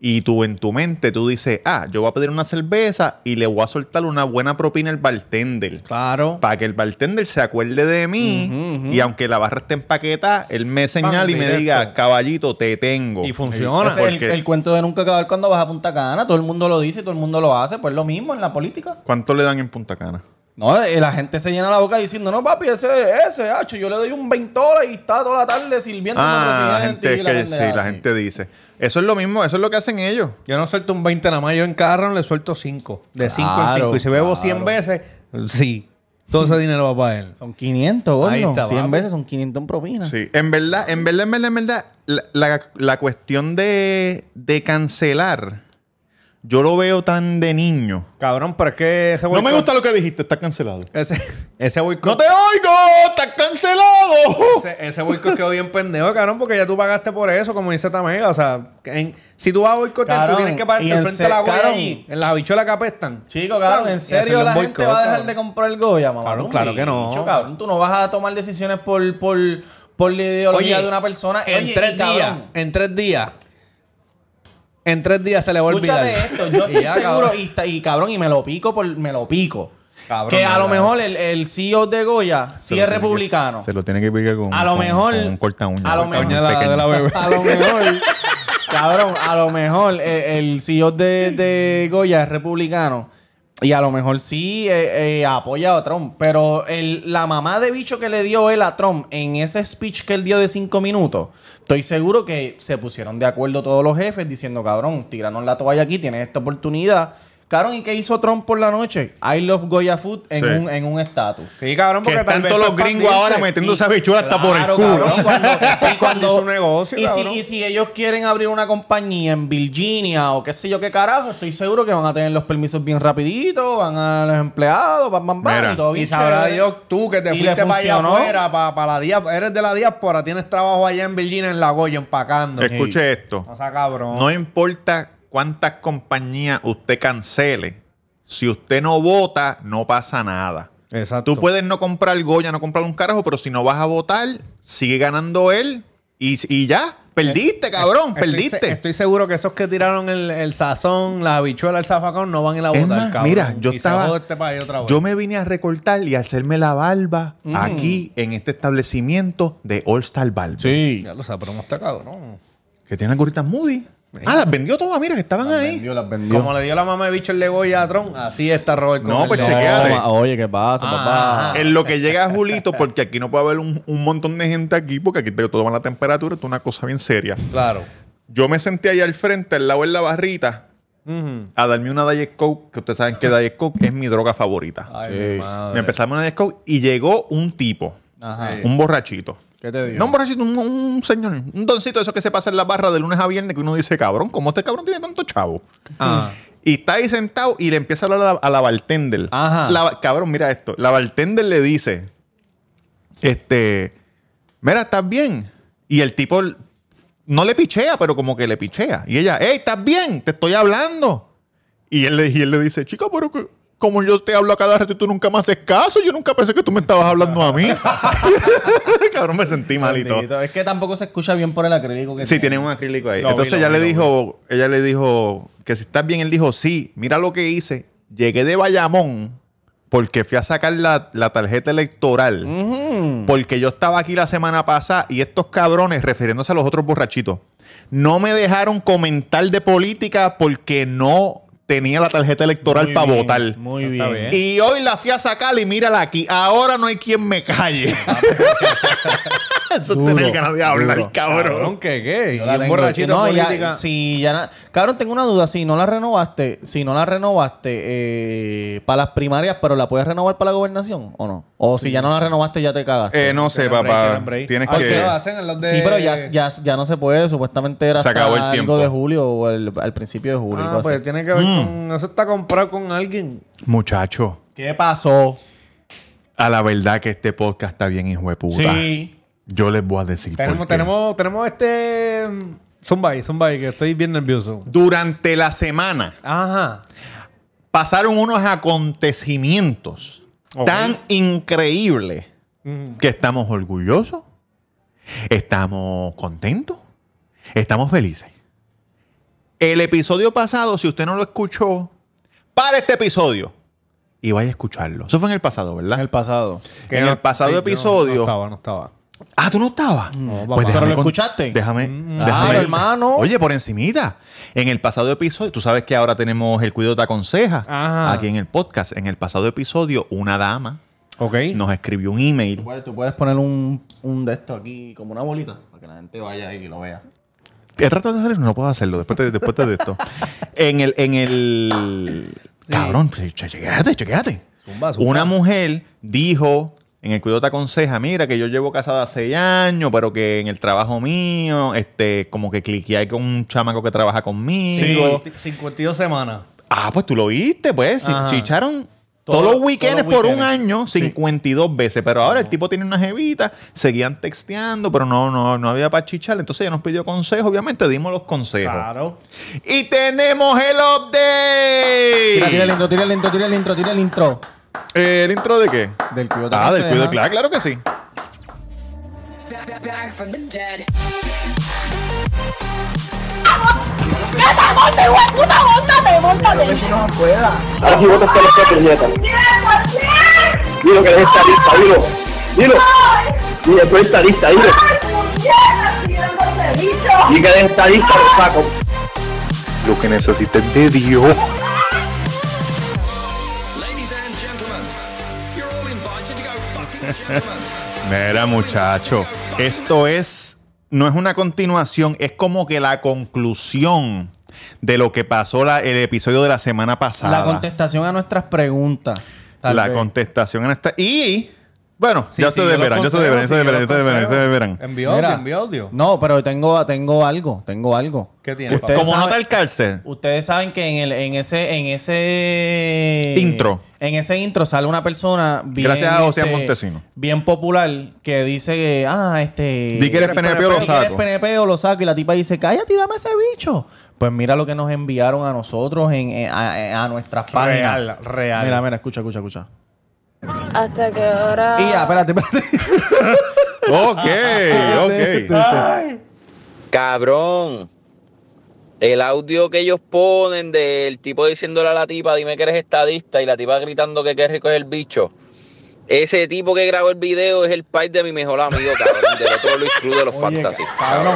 Speaker 1: y tú en tu mente tú dices, ah, yo voy a pedir una cerveza y le voy a soltar una buena propina al bartender.
Speaker 2: Claro.
Speaker 1: Para que el bartender se acuerde de mí y aunque la barra esté empaquetada, él me señale y me
Speaker 2: directo.
Speaker 1: diga, caballito, te tengo.
Speaker 2: Y funciona.
Speaker 1: Ese es el-
Speaker 3: el,
Speaker 1: el
Speaker 3: cuento de nunca acabar cuando vas a Punta Cana, todo el mundo lo dice, todo el mundo lo hace, pues lo mismo en la política.
Speaker 1: ¿Cuánto le dan en Punta Cana?
Speaker 3: No, eh, la gente se llena la boca diciendo, no, papi, ese, ese, hacho, yo le doy un 20 y está toda la tarde
Speaker 5: Este
Speaker 3: sirviendo
Speaker 1: Ah, la
Speaker 3: al presidente.
Speaker 1: gente
Speaker 3: y
Speaker 1: que sí,
Speaker 3: así.
Speaker 1: la gente dice. Eso es lo mismo, eso es lo que hacen ellos.
Speaker 2: Yo no suelto un 20 nada más. Yo en cada round le suelto 5. De 5 en 5. Y si bebo 100 veces, sí. Todo ese dinero va para él.
Speaker 3: Son 500,
Speaker 2: Ahí
Speaker 3: gordo.
Speaker 2: está,
Speaker 3: 100
Speaker 2: papi.
Speaker 3: veces son 500 en propinas.
Speaker 1: Sí, en verdad, en verdad, en verdad, en verdad, la, la- la cuestión de, de cancelar, yo lo veo tan de niño.
Speaker 2: Cabrón, pero es que ese
Speaker 1: No
Speaker 2: boicot...
Speaker 1: me gusta lo que dijiste, está cancelado.
Speaker 2: Ese, ese boicot...
Speaker 1: ¡No te oigo! ¡Estás cancelado!
Speaker 2: Ese, ese boicot quedó bien pendejo, cabrón, porque ya tú pagaste por eso, como dice Tamega. O sea, que en- si tú vas a boicotear,
Speaker 3: Cabrón,
Speaker 2: tú tienes que pararte
Speaker 3: y en
Speaker 2: frente a la
Speaker 3: se-
Speaker 2: huella
Speaker 3: cabrón.
Speaker 2: allí, en las habichuelas que apestan.
Speaker 3: Chico, cabrón, en
Speaker 2: Y hacerle
Speaker 3: serio
Speaker 2: un
Speaker 3: la gente
Speaker 2: boicot,
Speaker 3: va a dejar
Speaker 2: cabrón.
Speaker 3: de comprar el Goya, mamá.
Speaker 2: Cabrón, claro que no.
Speaker 3: Chico, cabrón, tú no vas a tomar decisiones por, por, por la ideología de una persona.
Speaker 2: en
Speaker 3: Oye,
Speaker 2: tres
Speaker 3: y, cabrón,
Speaker 2: días. En tres días. En tres días se le va a olvidar.
Speaker 3: Escúchate esto, yo
Speaker 2: [LAUGHS] Y
Speaker 3: estoy
Speaker 2: ya,
Speaker 3: seguro,
Speaker 2: cabrón.
Speaker 3: y, ta- y cabrón, y me lo pico por, me lo pico.
Speaker 2: Cabrón,
Speaker 3: que a
Speaker 2: no
Speaker 3: lo
Speaker 2: hagas
Speaker 3: mejor el, el CEO de Goya sí es republicano.
Speaker 1: Se lo tiene que picar con
Speaker 3: A lo
Speaker 1: con-
Speaker 3: mejor-
Speaker 1: con un corta uña.
Speaker 3: a lo
Speaker 1: corta
Speaker 3: mejor-
Speaker 1: uña
Speaker 2: La-
Speaker 1: pequeño.
Speaker 2: de la bebé.
Speaker 3: A lo mejor,
Speaker 2: [LAUGHS]
Speaker 3: cabrón, a lo mejor eh, el, CEO de, de Goya es republicano. Y a lo mejor sí eh, eh, apoya a Trump. Pero el- la mamá de bicho que le dio él a Trump en ese speech que él dio de cinco minutos, estoy seguro que se pusieron de acuerdo todos los jefes diciendo, cabrón, tiranos la toalla aquí, tienes esta oportunidad. Cabrón, ¿y qué hizo Trump por la noche? I love Goya Food en
Speaker 1: Sí.
Speaker 3: un en un estatus.
Speaker 2: Sí, cabrón,
Speaker 1: Que
Speaker 2: porque
Speaker 1: están
Speaker 2: tal vez
Speaker 1: todos los
Speaker 2: para
Speaker 1: gringos ahora
Speaker 2: expandirse.
Speaker 1: metiendo esa habichuela hasta por el
Speaker 2: Claro,
Speaker 1: culo.
Speaker 2: cabrón, Pues cuando-
Speaker 3: Y cuando
Speaker 2: es un negocio,
Speaker 3: y
Speaker 2: cabrón.
Speaker 3: si, y si ellos quieren abrir una compañía en Virginia o qué sé yo qué carajo, estoy seguro que van a tener los permisos bien rapidito, van a los empleados, van, van, van,
Speaker 1: Mira.
Speaker 3: y todo bien
Speaker 2: Y sabrá
Speaker 3: chévere.
Speaker 2: Dios tú que te
Speaker 3: Y
Speaker 2: fuiste
Speaker 3: le
Speaker 2: para allá
Speaker 3: funcionó.
Speaker 2: afuera, para, la diáspora. Eres de la diáspora, tienes trabajo allá en Virginia, en La Goya, empacando.
Speaker 1: Escuche esto.
Speaker 2: O sea, cabrón.
Speaker 1: No importa cuántas compañías usted cancele, si usted no vota, no pasa nada.
Speaker 2: Exacto.
Speaker 1: Tú puedes no comprar Goya, no comprar un carajo, pero si no vas a votar, sigue ganando él y, y ya. Perdiste, cabrón,
Speaker 2: Eh, Estoy
Speaker 1: perdiste.
Speaker 2: se- Estoy, seguro que esos que tiraron el, el sazón, la habichuela, el zafacón, no van a ir a
Speaker 1: Es
Speaker 2: votar,
Speaker 1: más,
Speaker 2: cabrón.
Speaker 1: mira, yo
Speaker 2: Y se
Speaker 1: estaba-
Speaker 2: jode este país otra vez.
Speaker 1: Yo me vine a recortar y a hacerme la barba
Speaker 2: Mm.
Speaker 1: aquí en este establecimiento de All Star Barber.
Speaker 2: Ya lo sabes, pero no está cabrón.
Speaker 1: Que tiene las gorritas Moody. Ah, las vendió todas, mira, que estaban ahí.
Speaker 2: Como le dio la mamá de bicho el Legoya a Tron, así está Robert con
Speaker 1: No,
Speaker 2: el
Speaker 1: pues
Speaker 2: Lego.
Speaker 1: chequea. Fíjate.
Speaker 3: ma- oye, ¿qué pasa,
Speaker 2: Ah.
Speaker 1: En lo que llega Julito, porque aquí no puede haber un, un montón de gente aquí, porque aquí te toman la temperatura, esto es una cosa bien seria.
Speaker 2: Claro.
Speaker 1: Yo me senté ahí al frente, al lado en la barrita, a darme una Diet Coke, que ustedes saben que Diet Coke es mi droga favorita. Me empezamos una Diet Coke y llegó un tipo,
Speaker 3: Ajá.
Speaker 1: un borrachito.
Speaker 3: ¿Qué te digo?
Speaker 1: No un borrachito, un, un señor, un doncito de esos que se pasa en la barra de lunes a viernes que uno dice, cabrón, ¿cómo este cabrón tiene tanto chavo?
Speaker 3: Ah,
Speaker 1: Y está ahí sentado y le empieza a hablar a la, a la bartender.
Speaker 3: Ajá.
Speaker 1: La- cabrón, mira esto. La bartender le dice, este, mira, ¿estás bien? Y el tipo l- no le pichea, pero como que le pichea. Y ella, hey, ¿estás bien? Te estoy hablando. Y él, le- y él le dice, chica, pero que- como yo te hablo a cada rato y tú nunca me haces caso, yo nunca pensé que tú me estabas hablando a mí. [LAUGHS] cabrón, me sentí malito.
Speaker 3: Bendito. Es que tampoco se escucha bien por el acrílico que
Speaker 1: Sí, tienen un acrílico ahí.
Speaker 2: Lo vi,
Speaker 1: Entonces
Speaker 2: lo
Speaker 1: ella
Speaker 2: vi,
Speaker 1: le
Speaker 2: lo vi.
Speaker 1: dijo, ella le dijo que si estás bien, él dijo, sí, mira lo que hice. Llegué de Bayamón porque fui a sacar la, la tarjeta electoral. Porque yo estaba aquí la semana pasada y estos cabrones, refiriéndose a los otros borrachitos, no me dejaron comentar de política porque no tenía la tarjeta electoral para
Speaker 3: bien,
Speaker 1: votar.
Speaker 3: Muy
Speaker 2: Está
Speaker 3: bien.
Speaker 2: bien.
Speaker 1: Y hoy la fui a sacar y mírala aquí. Ahora no hay quien me calle.
Speaker 3: [LAUGHS]
Speaker 1: [LAUGHS] Eso es tener ganas de hablar,
Speaker 3: duro.
Speaker 1: cabrón.
Speaker 2: ¿qué? ¿Qué?
Speaker 3: Yo la tengo. No, ya- si ya na- Cabrón, tengo una duda. Si no la renovaste, si no la renovaste eh, para las primarias, pero la puedes renovar para la gobernación o no? O si ya no la renovaste, ya te cagaste.
Speaker 1: Eh, no sé,
Speaker 2: Tienen break,
Speaker 1: papá.
Speaker 2: tienen break.
Speaker 1: Tienes
Speaker 2: Ah,
Speaker 1: que.
Speaker 2: ¿qué
Speaker 1: Eso
Speaker 2: hacen en los de- Ah,
Speaker 3: Sí, pero ya, ya, ya no se puede. Supuestamente era
Speaker 1: Se
Speaker 3: hasta
Speaker 1: acabó el
Speaker 3: algo
Speaker 1: tiempo.
Speaker 3: de julio o el- al principio de julio.
Speaker 2: Ah,
Speaker 3: algo
Speaker 2: pues
Speaker 3: así.
Speaker 2: tiene que ver
Speaker 1: Mm.
Speaker 2: con... Eso está comprado con alguien.
Speaker 1: Muchacho,
Speaker 3: ¿Qué pasó?
Speaker 1: a la verdad que este podcast está bien, hijo de puta.
Speaker 3: Sí.
Speaker 1: Yo les voy a decir. por
Speaker 2: Tenemos,
Speaker 1: qué.
Speaker 2: tenemos, tenemos este... Zumba ahí, zumba ahí, que estoy bien nervioso.
Speaker 1: Durante la semana
Speaker 2: Ajá.
Speaker 1: pasaron unos acontecimientos
Speaker 2: Ok. Mm.
Speaker 1: tan increíbles que estamos orgullosos, estamos contentos, estamos felices. El episodio pasado, si usted no lo escuchó, para este episodio y vaya a escucharlo. Eso fue en el pasado, ¿verdad?
Speaker 3: En el pasado.
Speaker 2: Que
Speaker 1: en el pasado
Speaker 2: sí, yo no-
Speaker 1: episodio.
Speaker 2: No, estaba, no estaba.
Speaker 1: Ah, tú no estabas.
Speaker 2: papá.
Speaker 1: déjame
Speaker 3: Mm. Pero lo
Speaker 1: con-
Speaker 3: escuchaste.
Speaker 1: Déjame.
Speaker 3: Ah,
Speaker 1: déjame-
Speaker 3: hermano.
Speaker 1: Oye, por encimita. En el pasado episodio, tú sabes que ahora tenemos el cuidado te aconseja
Speaker 2: Ajá.
Speaker 1: aquí en el podcast. En el pasado episodio, una dama
Speaker 2: Ok.
Speaker 1: nos escribió un email.
Speaker 3: Pues, Tú puedes, tú puedes poner un, un de esto aquí como una bolita para que la gente vaya ahí y lo vea.
Speaker 1: He tratado de hacerlo, no puedo hacerlo después de, después de esto. en el, en el. Cabrón, che- che- chequéate, chequéate.
Speaker 2: Zumba, zumba.
Speaker 1: Una mujer dijo. En el cuidado te aconseja, mira que yo llevo casada seis años, pero que en el trabajo mío, este, como que cliqueé con un chamaco que trabaja conmigo.
Speaker 2: 52 semanas.
Speaker 1: Ah, pues tú lo viste, pues. Si,
Speaker 2: Ajá.
Speaker 1: si echaron
Speaker 3: Todo-
Speaker 1: todos los weekends
Speaker 3: todos los
Speaker 1: por un
Speaker 3: weekends.
Speaker 1: año, 52 veces. Pero ahora el tipo tiene una jevita, seguían texteando, pero no, no, no había para chichar. Entonces ella nos pidió consejos. Obviamente dimos los consejos.
Speaker 2: Claro.
Speaker 1: Y tenemos el update.
Speaker 3: Tira, tira el intro, tira el intro, tira el intro, tira el intro.
Speaker 1: Eh, ¿El intro de qué?
Speaker 3: Del cuido
Speaker 1: Ah, del cuido, claro, claro que sí.
Speaker 7: back, back, back from the dead.
Speaker 8: Ahora sí votas por esta puñeta. Dilo que eres estadista, dilo. Dilo. Dilo que eres estadista, dilo. Y que eres estadista, lo saco.
Speaker 1: Lo que necesiten de Dios. [LAUGHS] Mira, muchacho, esto es, no es una continuación, es como que la conclusión de lo que pasó la- el episodio de la semana pasada.
Speaker 3: La contestación a nuestras preguntas. tal
Speaker 1: La
Speaker 3: vez.
Speaker 1: contestación en esta. Y, bueno,
Speaker 2: Sí,
Speaker 1: ya
Speaker 2: sí,
Speaker 1: se
Speaker 2: yo los
Speaker 1: deberán, ya se
Speaker 2: consejos,
Speaker 1: deberán, ya
Speaker 2: sí,
Speaker 1: se
Speaker 2: yo
Speaker 1: deberán, ya
Speaker 2: los
Speaker 1: se deberán, ya se
Speaker 2: consejos.
Speaker 1: deberán.
Speaker 2: Envió audio,
Speaker 3: Mira,
Speaker 2: envió audio.
Speaker 3: No, pero tengo, tengo algo, tengo algo.
Speaker 2: ¿Qué tiene,
Speaker 3: Ustedes
Speaker 1: Como
Speaker 3: saben-
Speaker 1: nota al
Speaker 3: [LAUGHS]
Speaker 1: cárcel.
Speaker 3: Ustedes saben que en, el, en ese en ese
Speaker 1: Intro.
Speaker 3: en ese intro sale una persona bien, este,
Speaker 1: Gracias a Ocean Montesino.
Speaker 3: bien popular que dice que ah este
Speaker 1: Di que eres PNP o lo
Speaker 3: di que eres
Speaker 1: saco.
Speaker 3: PNP o lo saco y la tipa dice cállate y dame ese bicho. Pues mira lo que nos enviaron a nosotros en, en- a, a nuestras páginas.
Speaker 2: Real, real.
Speaker 3: Mira, mira, escucha, escucha, escucha.
Speaker 9: ¿Hasta qué hora?
Speaker 3: Y ya, espérate, espérate.
Speaker 1: Ok,
Speaker 2: [LAUGHS]
Speaker 1: ok.
Speaker 10: Cabrón. El audio que ellos ponen del tipo diciéndole a la tipa, dime que eres estadista, y la tipa gritando que qué rico es el bicho. Ese tipo que grabó el video es el pai de mi mejor amigo, cabrón, del otro Luis Cruz de los Fantasy.
Speaker 3: Cabrón.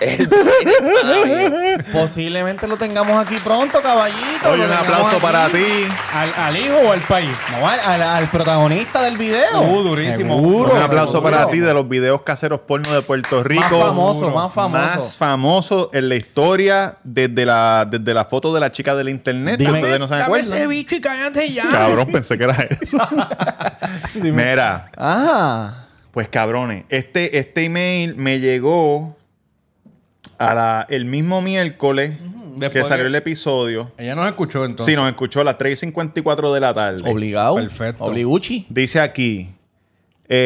Speaker 10: El país de Panamá vivo.
Speaker 3: [LAUGHS] Posiblemente lo tengamos aquí pronto, caballito.
Speaker 1: Oye,
Speaker 3: Lo
Speaker 1: un
Speaker 3: tengamos
Speaker 1: aplauso
Speaker 3: aquí.
Speaker 1: para ti.
Speaker 3: ¿Al, al hijo o al país? No, al, al- al protagonista del video.
Speaker 2: Uh, durísimo.
Speaker 3: Seguro,
Speaker 1: Un aplauso
Speaker 3: seguro.
Speaker 1: para ti de los videos caseros porno de Puerto Rico.
Speaker 3: Más famoso, más famoso.
Speaker 1: Más famoso en la historia desde la, desde la foto de la chica del internet. que
Speaker 3: Dime-
Speaker 1: ustedes no se
Speaker 3: Dame ese
Speaker 1: acuerdan.
Speaker 3: bicho y cállate ya. [LAUGHS]
Speaker 1: Cabrón, pensé que era eso. Mira,
Speaker 3: Ah.
Speaker 1: pues cabrones, este, este email me llegó a la- el mismo miércoles que
Speaker 2: después
Speaker 1: salió
Speaker 2: de-
Speaker 1: el episodio.
Speaker 2: Ella nos escuchó
Speaker 1: Sí,
Speaker 2: entonces.
Speaker 1: nos escuchó a las 3.54 de la tarde.
Speaker 3: Obligado.
Speaker 2: Perfecto.
Speaker 3: Obliguchi.
Speaker 1: Dice aquí,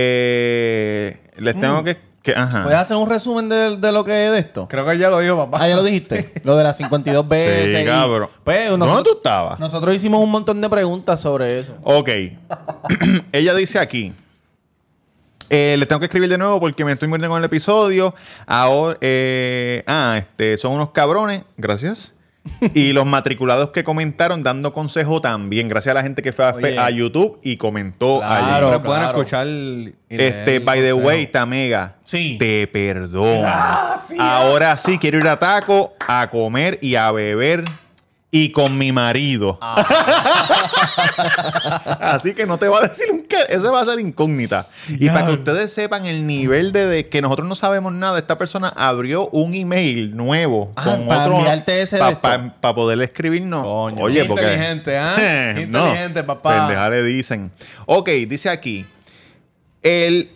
Speaker 1: eh, les
Speaker 3: Mm.
Speaker 1: tengo que, que- Ajá.
Speaker 3: ¿Puedes hacer un resumen de, de lo que es de esto?
Speaker 2: Creo que ya lo dijo, papá.
Speaker 3: Ah, ya lo
Speaker 1: [LAUGHS]
Speaker 3: dijiste. lo de las 52 veces.
Speaker 1: Sí,
Speaker 3: y-
Speaker 1: cabrón.
Speaker 3: Pues,
Speaker 1: ¿Dónde tú
Speaker 3: nosotros,
Speaker 1: estabas?
Speaker 3: nosotros hicimos un montón de preguntas sobre eso.
Speaker 1: Ok. [CLEARS THROAT] Ella dice aquí. Eh, le tengo que escribir de nuevo porque me estoy muriendo con el episodio. Ahora, eh, ah, este, son unos cabrones.
Speaker 3: [LAUGHS]
Speaker 1: Gracias. Y los matriculados que comentaron dando consejo también. Gracias a la gente que fue a, fe-
Speaker 2: Oye.
Speaker 1: a YouTube y comentó allí.
Speaker 3: Claro,
Speaker 2: Siempre pueden
Speaker 3: claro.
Speaker 2: escuchar. y leer
Speaker 1: Este,
Speaker 2: el
Speaker 1: by the
Speaker 2: consejo.
Speaker 1: way, Tamega,
Speaker 3: Sí. Ah,
Speaker 1: te perdono. Ahora sí quiero ir a taco, a comer y a beber y con mi marido.
Speaker 3: Ah.
Speaker 1: [LAUGHS] Así que no te va a decir un qué, ese va a ser incógnita. Y para que ustedes sepan el nivel de, de que nosotros no sabemos nada, esta persona abrió un email nuevo
Speaker 3: Ah, para enviarte ese de
Speaker 1: para
Speaker 3: esto.
Speaker 1: poder escribirnos.
Speaker 3: Coño.
Speaker 1: Oye, porque
Speaker 2: Inteligente, ¿ah?
Speaker 1: Eh, [LAUGHS] no.
Speaker 2: Inteligente, papá.
Speaker 1: Pendeja le dicen. Ok, dice aquí. El,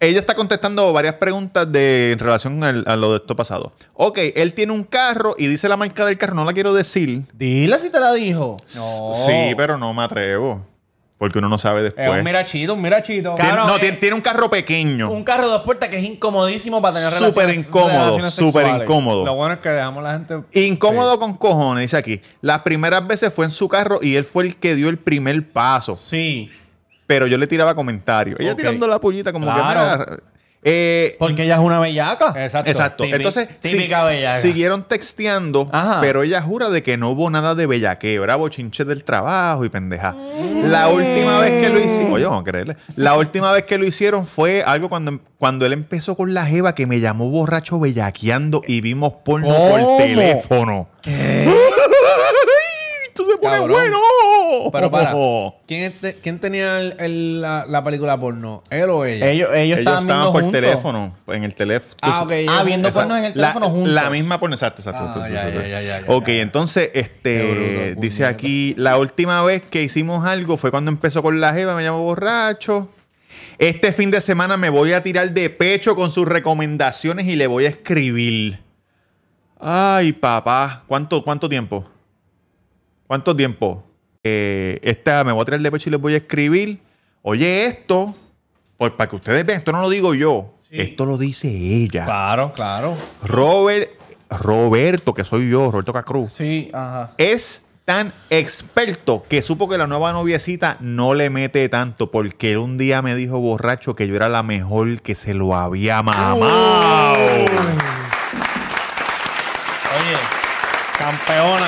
Speaker 1: ella está contestando varias preguntas de, en relación al- a lo de esto pasado. Ok, él tiene un carro y dice la marca del carro, no la quiero decir.
Speaker 3: Dile si te la dijo.
Speaker 1: Sí, pero no me atrevo. Porque uno no sabe después.
Speaker 2: Es un mirachito, un mirachito.
Speaker 1: Tiene-
Speaker 3: cabrón,
Speaker 1: no,
Speaker 3: eh.
Speaker 1: tiene, tiene un carro pequeño.
Speaker 3: Un carro de dos puertas que es incomodísimo para tener relaciones.
Speaker 1: Súper incómodo,
Speaker 3: relaciones
Speaker 1: súper
Speaker 3: sexuales.
Speaker 1: incómodo.
Speaker 2: Lo bueno es que dejamos a la gente.
Speaker 1: Incómodo con cojones, dice aquí. Las primeras veces fue en su carro y él fue el que dio el primer paso.
Speaker 3: Sí.
Speaker 1: Pero yo le tiraba comentarios. Ella
Speaker 3: Ok.
Speaker 1: tirando la pullita como
Speaker 3: Claro.
Speaker 1: que mira, eh,
Speaker 3: Porque ella es una bellaca.
Speaker 2: Exacto.
Speaker 1: Exacto.
Speaker 3: Típi-
Speaker 1: Entonces,
Speaker 3: típica bellaca.
Speaker 1: siguieron texteando,
Speaker 3: Ajá.
Speaker 1: pero ella jura de que no hubo nada de bellaqueo. Era bochinche del trabajo y pendeja. La última vez que lo hicieron, oye, vamos a creerle. La última vez que lo hicieron fue algo cuando, cuando él empezó con la jeva que me llamó borracho bellaqueando y vimos porno por
Speaker 3: ¿Cómo?
Speaker 1: teléfono. ¿Qué? [LAUGHS] ¡Tú me pones
Speaker 2: Cabrón.
Speaker 1: bueno!
Speaker 2: Pero para.
Speaker 1: [LAUGHS] Oh.
Speaker 2: ¿Quién, este- quién tenía el- el- la, la película porno? ¿Él o ella?
Speaker 3: Ellos, ellos,
Speaker 1: Ellos
Speaker 3: estaban
Speaker 1: estaban,
Speaker 3: viendo
Speaker 1: por
Speaker 3: juntos.
Speaker 1: teléfono, en el teléfono.
Speaker 2: Ah, ok.
Speaker 3: Ah, viendo
Speaker 1: Exacto.
Speaker 3: porno en el
Speaker 1: La-
Speaker 3: teléfono juntos.
Speaker 1: La misma porno, exacto, exacto.
Speaker 2: Ah,
Speaker 1: exacto,
Speaker 2: ya,
Speaker 1: exacto.
Speaker 2: ya, ya, ya, ya,
Speaker 1: ok,
Speaker 2: ya.
Speaker 1: entonces,
Speaker 2: Qué
Speaker 1: este,
Speaker 2: bruto,
Speaker 1: dice
Speaker 2: puñeta.
Speaker 1: aquí, la última vez que hicimos algo fue cuando empezó con la jeva, me llamó borracho. Este fin de semana me voy a tirar de pecho con sus recomendaciones y le voy a escribir. Ay, papá, ¿cuánto, cuánto tiempo? ¿Cuánto tiempo? Eh, esta me voy a tirar de pecho y les voy a escribir. Oye, esto, pues, para que ustedes vean, esto no lo digo yo, esto lo dice ella.
Speaker 2: Claro, claro.
Speaker 1: Robert, Roberto, que soy yo, Roberto Cacruz,
Speaker 3: Sí, ajá.
Speaker 1: es tan experto que supo que la nueva noviecita no le mete tanto porque él un día me dijo borracho que yo era la mejor que se lo había mamado.
Speaker 3: Oh.
Speaker 2: Oye, campeona.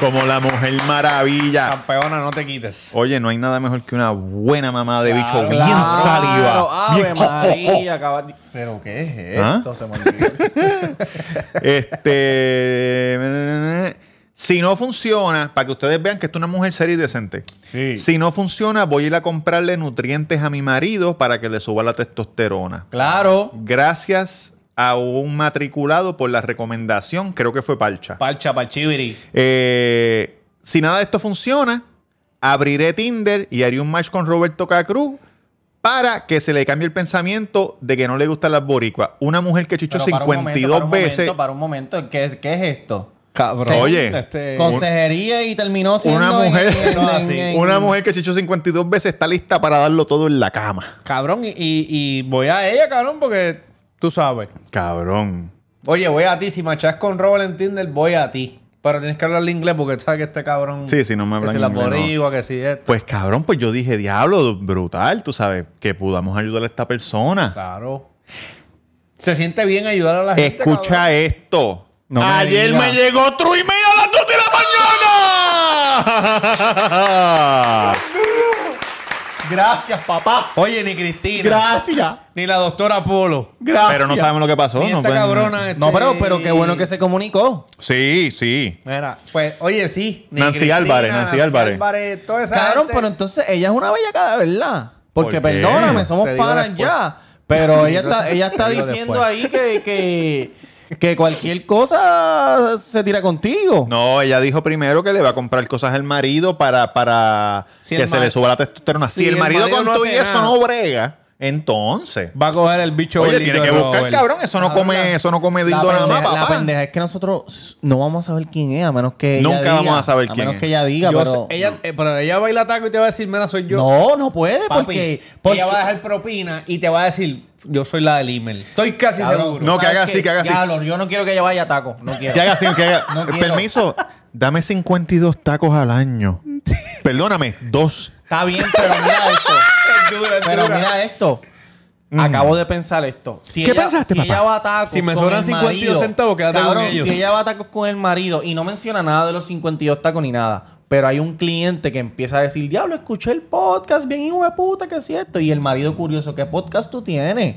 Speaker 1: Como la mujer maravilla.
Speaker 2: Campeona, no te quites.
Speaker 1: Oye, no hay nada mejor que una buena mamá de bicho
Speaker 3: Claro,
Speaker 1: bien
Speaker 3: claro.
Speaker 1: saliva.
Speaker 3: Ave
Speaker 1: bien-
Speaker 3: María, caballo. ¿Pero qué es
Speaker 1: ¿Ah?
Speaker 3: esto? Eh, Se me olvidó.
Speaker 1: [LAUGHS] Este. Si no funciona, para que ustedes vean que esto es una mujer seria y decente.
Speaker 3: Sí.
Speaker 1: Si no funciona, voy a ir a comprarle nutrientes a mi marido para que le suba la testosterona.
Speaker 3: Claro.
Speaker 1: Gracias a un matriculado por la recomendación, creo que fue Palcha.
Speaker 2: Parcha, parchibiri.
Speaker 1: Eh, si nada de esto funciona, abriré Tinder y haré un match con Roberto Cacruz para que se le cambie el pensamiento de que no le gustan las boricuas. Una mujer que chichó
Speaker 3: Pero para un
Speaker 1: 52
Speaker 3: momento, para un
Speaker 1: veces.
Speaker 3: momento, para un momento, ¿qué, qué es esto?
Speaker 2: Cabrón.
Speaker 1: Oye,
Speaker 2: Este-
Speaker 3: Consejería y terminó siendo.
Speaker 1: una
Speaker 3: en-
Speaker 1: mujer,
Speaker 3: en- en-
Speaker 1: [LAUGHS]
Speaker 3: en-
Speaker 1: una mujer que chichó 52 veces está lista para darlo todo en la cama.
Speaker 2: Cabrón, y, y- y voy a ella, cabrón, porque tú sabes.
Speaker 1: Cabrón.
Speaker 2: Oye, voy a ti. Si machas con Robert en Tinder, voy a ti. Pero tienes que hablarle inglés porque sabes que este cabrón.
Speaker 1: Sí, sí, no me
Speaker 2: Que
Speaker 1: hablan
Speaker 2: si la
Speaker 1: inglés, no.
Speaker 2: borigua, que si esto.
Speaker 1: Pues cabrón, pues yo dije, diablo, brutal, tú sabes, que podamos ayudar a esta persona.
Speaker 2: Claro. Se siente bien ayudar a la gente.
Speaker 1: Escucha
Speaker 2: cabrón.
Speaker 1: esto.
Speaker 3: No me
Speaker 1: Ayer
Speaker 3: digas.
Speaker 1: me llegó otro email a las 2 de la mañana.
Speaker 3: Gracias, papá.
Speaker 2: Oye, ni Cristina.
Speaker 3: Gracias.
Speaker 2: Ni la doctora Polo.
Speaker 3: Gracias.
Speaker 1: Pero no sabemos lo que pasó.
Speaker 2: Ni
Speaker 1: no
Speaker 2: esta
Speaker 1: pueden-
Speaker 2: cabrona. este-
Speaker 3: No, pero, pero qué bueno que se comunicó.
Speaker 1: Sí, sí.
Speaker 2: Mira, pues, oye, sí. ni
Speaker 1: Nancy
Speaker 2: Cristina,
Speaker 1: Álvarez, Nancy Álvarez.
Speaker 2: toda esa
Speaker 3: Cabrón,
Speaker 2: gente.
Speaker 3: pero entonces ella es una bellaca de verdad. Porque
Speaker 1: ¿Por qué?
Speaker 3: perdóname, somos
Speaker 2: Te digo
Speaker 3: panas
Speaker 2: después.
Speaker 3: ya. [LAUGHS] Pero ella está, ella
Speaker 2: Te
Speaker 3: está
Speaker 2: digo
Speaker 3: diciendo
Speaker 2: después.
Speaker 3: ahí que, que, que cualquier cosa se tira contigo.
Speaker 1: No, ella dijo primero que le va a comprar cosas al marido para, para
Speaker 2: Si
Speaker 1: que
Speaker 2: el
Speaker 1: se
Speaker 2: ma-
Speaker 1: le suba la testosterona. Si,
Speaker 2: si
Speaker 1: el
Speaker 2: el
Speaker 1: marido,
Speaker 2: marido
Speaker 1: con
Speaker 2: no
Speaker 1: todo y
Speaker 2: hace
Speaker 1: eso
Speaker 2: nada.
Speaker 1: no brega, entonces.
Speaker 2: Va a coger el bicho
Speaker 1: Oye,
Speaker 2: gordito
Speaker 1: tiene que
Speaker 2: de
Speaker 1: buscar,
Speaker 2: Robert.
Speaker 1: cabrón. Eso no come, eso no come
Speaker 3: Ah, La
Speaker 1: dildo nada más,
Speaker 3: pendeja- La
Speaker 1: papá.
Speaker 3: pendeja es que nosotros no vamos a saber quién es, a menos que. ella
Speaker 1: Nunca
Speaker 3: diga,
Speaker 1: vamos a saber quién
Speaker 3: A menos
Speaker 1: es.
Speaker 3: que ella diga,
Speaker 2: Yo
Speaker 3: pero.
Speaker 2: sé- ella, eh, pero ella baila taco y te va a decir, mira, soy yo.
Speaker 3: no, no puede,
Speaker 2: Papi,
Speaker 3: porque. porque
Speaker 2: Ella va a dejar propina y te va a decir, yo soy la del email. Estoy casi seguro.
Speaker 1: No, que haga así, que haga así.
Speaker 3: Diablo, yo no quiero que ella vaya a taco. [LAUGHS] No quiero.
Speaker 1: Que haga así, que haga-
Speaker 3: No quiero.
Speaker 1: Permiso, dame 52 tacos al año. Perdóname, dos.
Speaker 3: Está bien, pero mira
Speaker 1: [LAUGHS]
Speaker 3: esto. pero mira esto. Acabo de pensar esto. Si
Speaker 1: Mm. ¿Qué
Speaker 3: ella,
Speaker 1: pensaste,
Speaker 3: si
Speaker 1: papá?
Speaker 3: ella va a tacos
Speaker 2: Si me
Speaker 3: con
Speaker 2: sobran
Speaker 3: el marido,
Speaker 2: 52 centavos, quédate con
Speaker 3: cabrón,
Speaker 2: ellos.
Speaker 3: Si ella va a tacos con el marido y no menciona nada de los 52 tacos ni nada, pero hay un cliente que empieza a decir, diablo, escuché el podcast, bien hijo de puta, que es esto. Y el marido curioso, ¿qué podcast tú tienes?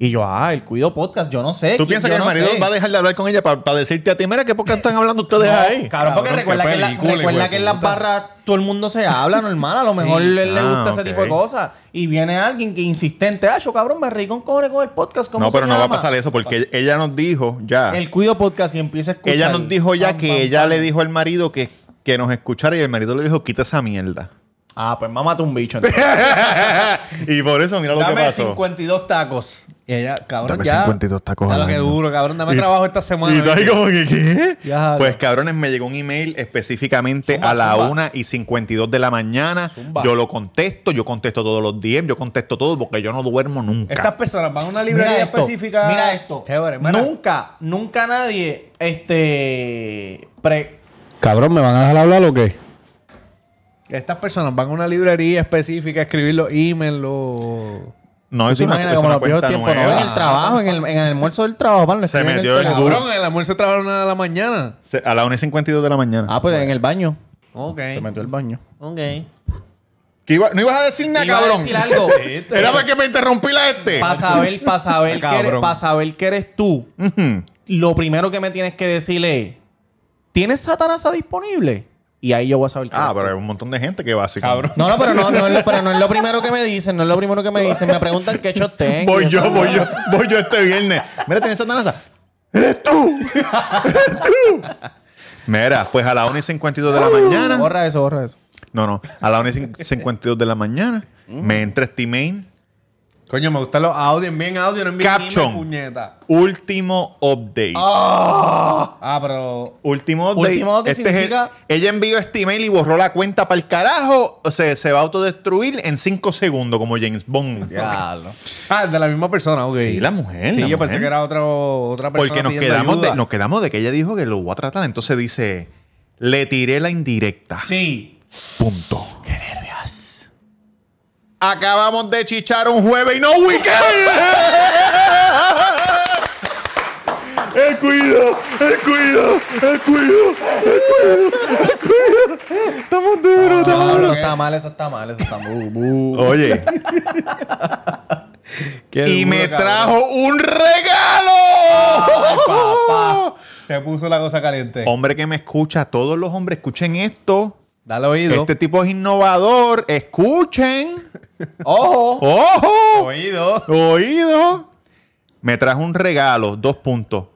Speaker 3: Y yo, ah, el cuido podcast, yo no sé.
Speaker 1: ¿Tú piensas que el marido va a dejar de hablar con ella para decirte a ti, mira, ¿qué por qué están hablando ustedes ahí?
Speaker 3: Cabrón, porque
Speaker 2: Cabrón,
Speaker 3: recuerda,
Speaker 2: qué
Speaker 3: que, en la-
Speaker 2: película,
Speaker 3: recuerda
Speaker 2: hijo de
Speaker 3: que en las
Speaker 2: puta.
Speaker 3: barras todo el mundo se habla normal. A lo mejor le, le
Speaker 1: Ah, ok.
Speaker 3: gusta ese tipo de cosas. Y viene alguien que insistente. Ah, yo cabrón, me reí con cobre con el podcast. ¿cómo
Speaker 1: No,
Speaker 3: se
Speaker 1: pero no va a
Speaker 3: llama?"
Speaker 1: pasar eso porque ella nos dijo ya.
Speaker 3: El Cuido Podcast y empieza a escuchar.
Speaker 1: Ella nos dijo ya
Speaker 3: Pam,
Speaker 1: que
Speaker 3: pam,
Speaker 1: ella
Speaker 3: pam.
Speaker 1: le dijo al marido que, que nos escuchara y el marido le dijo, quita esa
Speaker 3: [LAUGHS]
Speaker 1: mierda.
Speaker 3: Ah, pues mámate un
Speaker 1: [LAUGHS]
Speaker 3: bicho. entonces.
Speaker 1: y por eso mira lo que
Speaker 2: Dame
Speaker 1: pasó.
Speaker 2: 52 tacos. Y ella, cabrón,
Speaker 1: Dame
Speaker 2: ya.
Speaker 1: 52 tacos
Speaker 2: Ya lo
Speaker 1: al
Speaker 2: que
Speaker 1: año.
Speaker 2: duro, cabrón. Dame
Speaker 1: Y-
Speaker 2: trabajo esta semana.
Speaker 1: Y tú ahí
Speaker 2: ¿viste?
Speaker 1: como que, ¿qué?
Speaker 3: Ya,
Speaker 1: Pues cabrones, me llegó un email específicamente a la 1 y 52 de la mañana. Yo lo contesto, yo contesto todos los días, yo contesto todo porque yo no duermo nunca.
Speaker 2: Estas personas van a una librería
Speaker 3: mira esto.
Speaker 2: específica.
Speaker 3: Mira esto.
Speaker 2: Chévere, mira.
Speaker 3: nunca, nunca nadie. Este. pre-
Speaker 2: Cabrón, ¿me van a dejar hablar o qué? Estas personas van a una librería específica a escribir los emails, los...
Speaker 1: No,
Speaker 3: ¿Tú
Speaker 1: es
Speaker 3: te
Speaker 1: una,
Speaker 3: imaginas
Speaker 1: es
Speaker 3: como
Speaker 1: una
Speaker 3: los viejos
Speaker 1: cuenta
Speaker 3: tiempos? No, en el
Speaker 1: nueva.
Speaker 3: trabajo, en el, en el almuerzo del trabajo. van, le
Speaker 1: Se
Speaker 3: escriben en
Speaker 1: metió el
Speaker 3: trabajo.
Speaker 1: duro.
Speaker 2: Cabrón, el almuerzo trabaja a la una de la mañana.
Speaker 1: Se- A la 1 y 52 de la mañana.
Speaker 3: Ah, pues en el baño.
Speaker 2: Ok.
Speaker 3: Se metió al baño.
Speaker 2: Ok.
Speaker 1: ¿Qué iba- no ibas a decir nada,
Speaker 3: Iba a
Speaker 1: cabrón.
Speaker 3: decir algo.
Speaker 1: [LAUGHS] Era porque me interrumpí la este.
Speaker 3: Para saber, pa' saber, que
Speaker 2: Cabrón.
Speaker 3: eres, pa' saber que eres tú,
Speaker 1: Ujú.
Speaker 3: lo primero que me tienes que decir es: ¿Tienes Satanasa disponible? Y ahí yo voy a saber que
Speaker 1: Ah,
Speaker 3: eres
Speaker 1: pero hay
Speaker 3: tú.
Speaker 1: un montón de gente que va así.
Speaker 2: Cabrón.
Speaker 3: No, no, pero no, no, es lo- pero no es lo primero que me dicen. No es lo primero que me dicen. Me preguntan qué shot tengo.
Speaker 1: Voy yo, voy yo, voy yo este viernes. Mira, tienes esa amenaza. ¡Eres tú! ¡Eres tú! Mira, pues a las 1 y 52 de la
Speaker 2: Uh,
Speaker 1: mañana.
Speaker 3: Borra eso, borra eso.
Speaker 1: No, no. A las 1 y cin- 52 de la mañana
Speaker 2: Mm.
Speaker 1: me entra este email.
Speaker 2: Coño, me gustan los audios. Bien audio, no envíen
Speaker 1: Caption.
Speaker 2: email, puñeta.
Speaker 1: Último update.
Speaker 2: Ah, pero...
Speaker 1: Último update.
Speaker 3: Último update
Speaker 1: Este es el-
Speaker 3: significa-
Speaker 1: ella envió este email y borró la cuenta para el carajo. O sea, se va a autodestruir en 5 segundos, como James Bond.
Speaker 2: Ah, de la misma persona, ok.
Speaker 1: Sí, la mujer.
Speaker 2: Sí,
Speaker 1: la
Speaker 2: yo pensé
Speaker 1: mujer.
Speaker 2: que era otro, otra persona.
Speaker 1: Porque nos
Speaker 2: pidiendo
Speaker 1: quedamos,
Speaker 2: ayuda.
Speaker 1: de, nos quedamos de que ella dijo que lo voy a tratar. Entonces dice, le tiré la indirecta.
Speaker 2: Sí.
Speaker 1: Punto. Qué nervios. Acabamos de chichar un jueves y no weekend. El cuido, el cuido, el cuido, el cuido, el cuido. Estamos duros, estamos
Speaker 3: eso
Speaker 1: duros.
Speaker 3: está mal, eso está mal, eso
Speaker 2: [LAUGHS]
Speaker 3: está mal.
Speaker 2: Uh,
Speaker 1: [LAUGHS] Oye, y me trajo un regalo.
Speaker 2: Se puso la cosa caliente.
Speaker 1: Hombre que me escucha, todos los hombres escuchen esto.
Speaker 2: Dale oído.
Speaker 1: Este tipo es innovador. Escuchen.
Speaker 3: ¡Ojo!
Speaker 1: ¡Ojo!
Speaker 2: Oído.
Speaker 1: Oído. Me trajo un regalo. Dos puntos.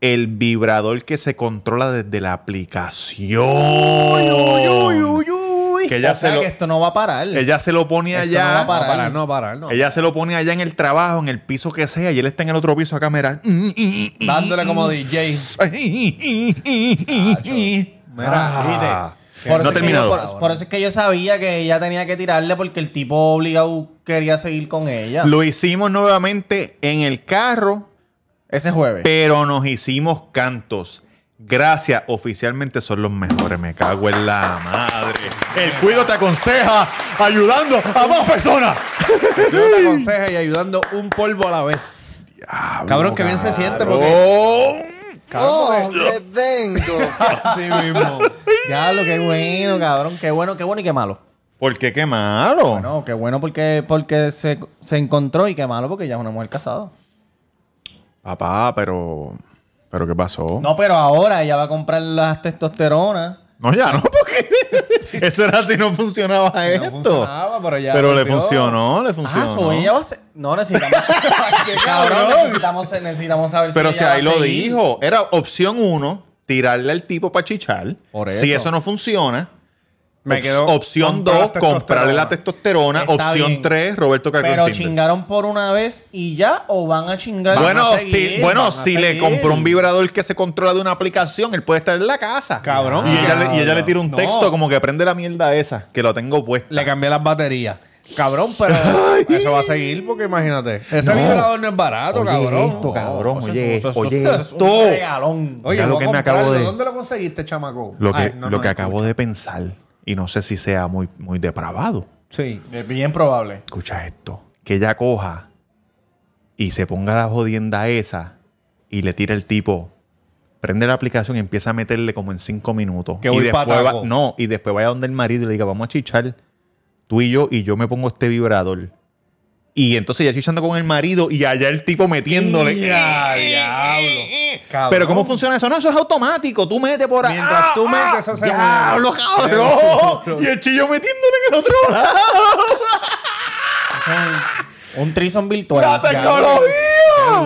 Speaker 1: El vibrador que se controla desde la aplicación. Que ella
Speaker 3: o sea
Speaker 1: se lo-
Speaker 3: que esto no va a parar.
Speaker 1: Ella se lo pone
Speaker 3: Esto
Speaker 1: allá.
Speaker 3: no va a parar.
Speaker 2: No parar, no parar, no.
Speaker 1: Ella se lo pone allá en el trabajo, en el piso que sea, y él está en el otro piso a cámara.
Speaker 2: Dándole como DJ.
Speaker 1: Mira.
Speaker 3: Por
Speaker 1: Ah. no ha
Speaker 3: eso es que
Speaker 1: terminado.
Speaker 3: yo- por, por eso es que yo sabía que ella tenía que tirarle porque el tipo obligado quería seguir con ella.
Speaker 1: Lo hicimos nuevamente en el carro,
Speaker 3: Ese jueves.
Speaker 1: pero nos hicimos cantos. Gracias, oficialmente son los mejores. Me cago en la madre. El cuido te aconseja ayudando a más personas.
Speaker 2: Yo te aconsejo y ayudando un polvo a
Speaker 1: [LAUGHS]
Speaker 2: la vez. Cabrón, que bien se siente porque.
Speaker 5: ¡Oh, que tengo!
Speaker 2: Así mismo.
Speaker 3: Ya, lo que bueno, cabrón. Qué bueno, qué bueno y qué malo.
Speaker 1: ¿Por qué qué malo?
Speaker 3: No, qué bueno porque, porque se, se encontró y qué malo porque ella es una mujer casada.
Speaker 1: Papá, pero. ¿Pero qué pasó? No,
Speaker 3: No, pero ahora ella va a comprar las testosteronas.
Speaker 1: ya no, porque. eso era así, no funcionaba esto.
Speaker 3: funcionaba, pero ya
Speaker 1: Pero le
Speaker 3: rompió.
Speaker 1: funcionó, le funcionó.
Speaker 3: Ah, so ella va a ser... No, necesitamos... [LAUGHS] ¡Qué cabrón! Necesitamos, necesitamos saber
Speaker 1: Pero
Speaker 3: ella
Speaker 1: si
Speaker 3: va
Speaker 1: ahí
Speaker 3: a
Speaker 1: lo
Speaker 3: seguir.
Speaker 1: dijo, era opción uno, tirarle al tipo para chichar.
Speaker 3: Por
Speaker 1: Si
Speaker 3: eso.
Speaker 1: eso no funciona,
Speaker 2: Me
Speaker 1: ops-
Speaker 2: quedó
Speaker 1: opción
Speaker 2: comprar
Speaker 1: dos,
Speaker 2: la
Speaker 1: comprarle la testosterona.
Speaker 3: Está
Speaker 1: opción
Speaker 3: bien.
Speaker 1: tres, Roberto Carlos
Speaker 3: Pero
Speaker 1: Tinder.
Speaker 3: chingaron por una vez y ya, o van a chingar.
Speaker 1: Bueno,
Speaker 3: Van a
Speaker 1: si,
Speaker 3: seguir,
Speaker 1: bueno,
Speaker 3: van a
Speaker 1: si le
Speaker 3: seguir.
Speaker 1: compró un vibrador que se controla de una aplicación, él puede estar en la casa.
Speaker 2: Cabrón.
Speaker 1: Y ella, le, y ella le tira un
Speaker 2: No.
Speaker 1: texto como que prende la mierda esa, que lo tengo puesta.
Speaker 2: Le cambié las baterías. Cabrón,
Speaker 1: [LAUGHS]
Speaker 2: pero eso va a seguir porque imagínate. Ese vibrador no es barato,
Speaker 1: Oye,
Speaker 2: cabrón.
Speaker 1: esto,
Speaker 2: No,
Speaker 1: cabrón,
Speaker 2: eso es-
Speaker 1: oye,
Speaker 2: eso es-
Speaker 1: oye,
Speaker 2: eso es un
Speaker 1: esto.
Speaker 2: regalón. Oye,
Speaker 1: Ya lo
Speaker 2: voy a
Speaker 1: que me acabo
Speaker 2: comprarlo.
Speaker 1: de-
Speaker 2: ¿Dónde lo conseguiste, chamaco?
Speaker 1: Lo que,
Speaker 2: Ay, no,
Speaker 1: lo
Speaker 2: no,
Speaker 1: que
Speaker 2: no.
Speaker 1: acabo de pensar, y no sé si sea muy, muy depravado.
Speaker 2: Sí.
Speaker 3: Es bien probable.
Speaker 1: Escucha esto. Que ella coja y se ponga la jodienda esa y le tira el tipo. Prende la aplicación y empieza a meterle como en cinco minutos.
Speaker 2: Que
Speaker 1: y
Speaker 2: voy pa'
Speaker 1: después va-
Speaker 2: taco.
Speaker 1: No, y después vaya donde el marido y le diga, vamos a chichar tú y yo, y yo me pongo este vibrador. Y entonces ya chichando con el marido y allá el tipo metiéndole.
Speaker 2: Ya, ah, diablo. Cabrón.
Speaker 1: Pero ¿cómo funciona eso? No, eso es automático. Tú metes por ahí. Ah,
Speaker 2: Mientras tú metes, eso se mueve.
Speaker 1: ¡Diablo, cabrón! y el chillo metiéndole en el otro lado.
Speaker 3: Un trison virtual.
Speaker 1: ¡La
Speaker 3: Ya,
Speaker 1: tecnología!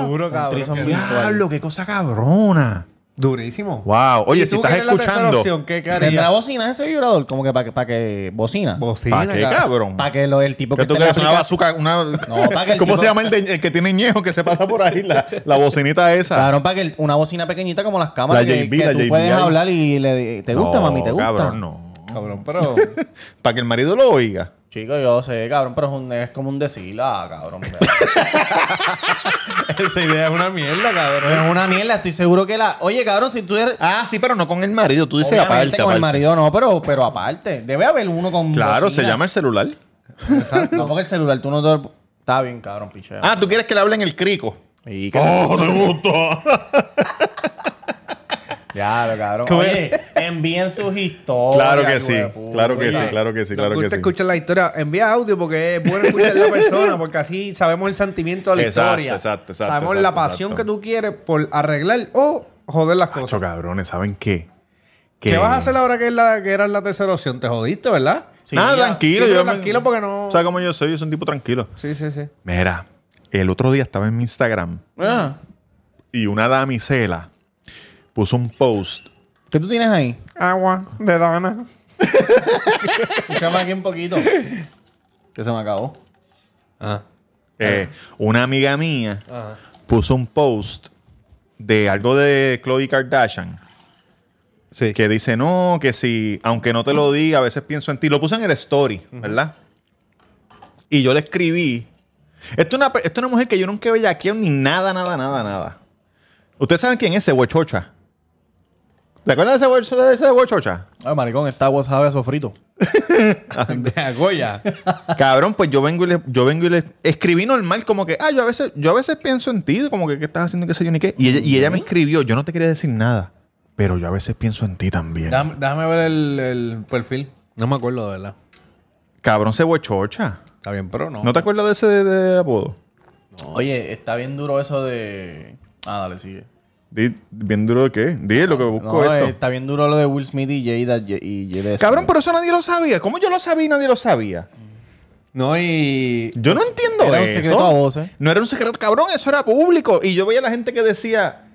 Speaker 2: Duro,
Speaker 3: Un trison
Speaker 2: cabrón.
Speaker 3: virtual.
Speaker 1: Diablo, qué cosa cabrona.
Speaker 2: Durísimo.
Speaker 1: Wow. Oye,
Speaker 2: ¿Y
Speaker 1: si
Speaker 2: tú
Speaker 1: estás
Speaker 2: qué eres la tercera
Speaker 1: escuchando.
Speaker 2: opción? ¿Qué, qué
Speaker 3: ¿Tendrá
Speaker 2: harías?
Speaker 3: bocina ese vibrador? Como que para que, para que bocina.
Speaker 2: Bocina,
Speaker 1: ¿Para qué,
Speaker 2: cabrón.
Speaker 1: cabrón?
Speaker 3: Para que lo, el tipo
Speaker 1: ¿Qué
Speaker 3: que
Speaker 1: tú
Speaker 3: esté en la
Speaker 1: crees? Una
Speaker 3: aplica-
Speaker 1: bazooka, una.
Speaker 3: No, para que el
Speaker 1: ¿Cómo
Speaker 3: tipo-
Speaker 1: se llama el, de- el que tiene ñejo que se pasa por ahí? La, la bocinita esa.
Speaker 3: Cabrón, para que el- una bocina pequeñita como las cámaras
Speaker 1: La
Speaker 3: que,
Speaker 1: JB,
Speaker 3: que
Speaker 1: la
Speaker 3: tú
Speaker 1: JBI.
Speaker 3: puedes hablar y le te gusta,
Speaker 1: No,
Speaker 3: mami, te gusta.
Speaker 1: Cabrón, no.
Speaker 2: Cabrón, pero... [LAUGHS]
Speaker 1: Para que el marido lo oiga.
Speaker 3: Chico, yo sé, cabrón, pero es, un- es como un decir, ah, cabrón.
Speaker 2: Esa idea es una mierda, cabrón.
Speaker 3: [LAUGHS] Pero es una mierda, estoy seguro que la. Oye, cabrón, si tú eres.
Speaker 1: Ah, sí, pero no con el marido. Tú dices
Speaker 3: Obviamente
Speaker 1: aparte.
Speaker 3: con el
Speaker 1: aparte.
Speaker 3: marido no, pero, pero aparte. Debe haber uno con.
Speaker 1: Claro, se
Speaker 3: bocina.
Speaker 1: llama el celular.
Speaker 3: Exacto. No, porque el celular tú no te. Está bien, cabrón, picheo.
Speaker 1: Ah, tú quieres que le hablen el crico.
Speaker 3: Y que se-
Speaker 1: Oh, te gustó.
Speaker 3: Claro, cabrón. Oye, envíen sus historias.
Speaker 1: [LAUGHS] Claro que
Speaker 3: hijo
Speaker 1: sí.
Speaker 3: de puta.
Speaker 1: Claro que sí,
Speaker 3: Oye,
Speaker 1: claro que sí,
Speaker 2: Nos
Speaker 1: claro que
Speaker 2: gusta
Speaker 1: sí.
Speaker 2: escuchar la historia. Envía audio porque es bueno escuchar la persona, porque así sabemos el sentimiento de la
Speaker 1: Exacto,
Speaker 2: historia.
Speaker 1: exacto, exacto,
Speaker 2: Sabemos
Speaker 1: exacto,
Speaker 2: la pasión
Speaker 1: exacto.
Speaker 2: que tú quieres por arreglar o joder las
Speaker 1: Ocho
Speaker 2: cosas.
Speaker 1: cabrones, ¿saben qué?
Speaker 2: ¿Qué vas a hacer ahora que, es la, que era la tercera opción? Te jodiste, ¿verdad?
Speaker 1: Sí, Nada,
Speaker 2: ya.
Speaker 1: tranquilo.
Speaker 2: Sí, pero
Speaker 1: me-
Speaker 2: tranquilo porque no-
Speaker 1: ¿Sabes cómo yo soy? Yo soy un tipo tranquilo.
Speaker 2: Sí, sí, sí.
Speaker 1: Mira, el otro día estaba en mi Instagram
Speaker 3: Ah,
Speaker 1: y una damisela puso un post.
Speaker 3: ¿Qué tú tienes ahí?
Speaker 2: Agua de lana.
Speaker 3: Escúchame aquí un poquito. [LAUGHS] Que se me acabó.
Speaker 2: Ah.
Speaker 1: eh, una amiga mía puso un post de algo de Khloe Kardashian.
Speaker 2: Sí.
Speaker 1: Que dice, no, que si, aunque no te lo diga, a veces pienso en ti. Lo puse en el story, ¿verdad? Y yo le escribí. Esto es una, pe- esto es una mujer que yo nunca veía aquí ni nada, nada, nada, nada. ¿Ustedes saben quién es ese huechocha? ¿Te acuerdas de ese huecho- de ese huechocha?
Speaker 3: Ay, maricón, está wasabi
Speaker 1: [LAUGHS]
Speaker 3: a sofrito. [LAUGHS] de Agoya.
Speaker 1: Cabrón, pues yo vengo y le, yo vengo y le escribí normal, como que, ah, yo a veces, yo a veces pienso en ti, como que qué estás haciendo, qué sé yo, ni qué. Y ella, y ella me escribió, yo no te quería decir nada, pero yo a veces pienso en ti también.
Speaker 2: Déjame, déjame ver el, el perfil. No me acuerdo, de verdad.
Speaker 1: Cabrón, se huechocha.
Speaker 2: Está bien, pero no.
Speaker 1: ¿No te acuerdas de ese de- de apodo?
Speaker 3: Oye, está bien duro eso de. Ah, dale, sigue.
Speaker 1: Di- bien duro de qué. Dile lo que busco
Speaker 3: No, eh,
Speaker 1: esto.
Speaker 3: está bien duro lo de Will Smith y Jada y- y Jada.
Speaker 1: Cabrón, pero eso nadie lo sabía. ¿Cómo yo lo sabía y nadie lo sabía?
Speaker 2: No, y...
Speaker 1: Yo no entiendo
Speaker 3: Era un
Speaker 1: eso.
Speaker 3: secreto a voces.
Speaker 1: No era un secreto, cabrón, eso era público. Y yo veía a la gente que decía.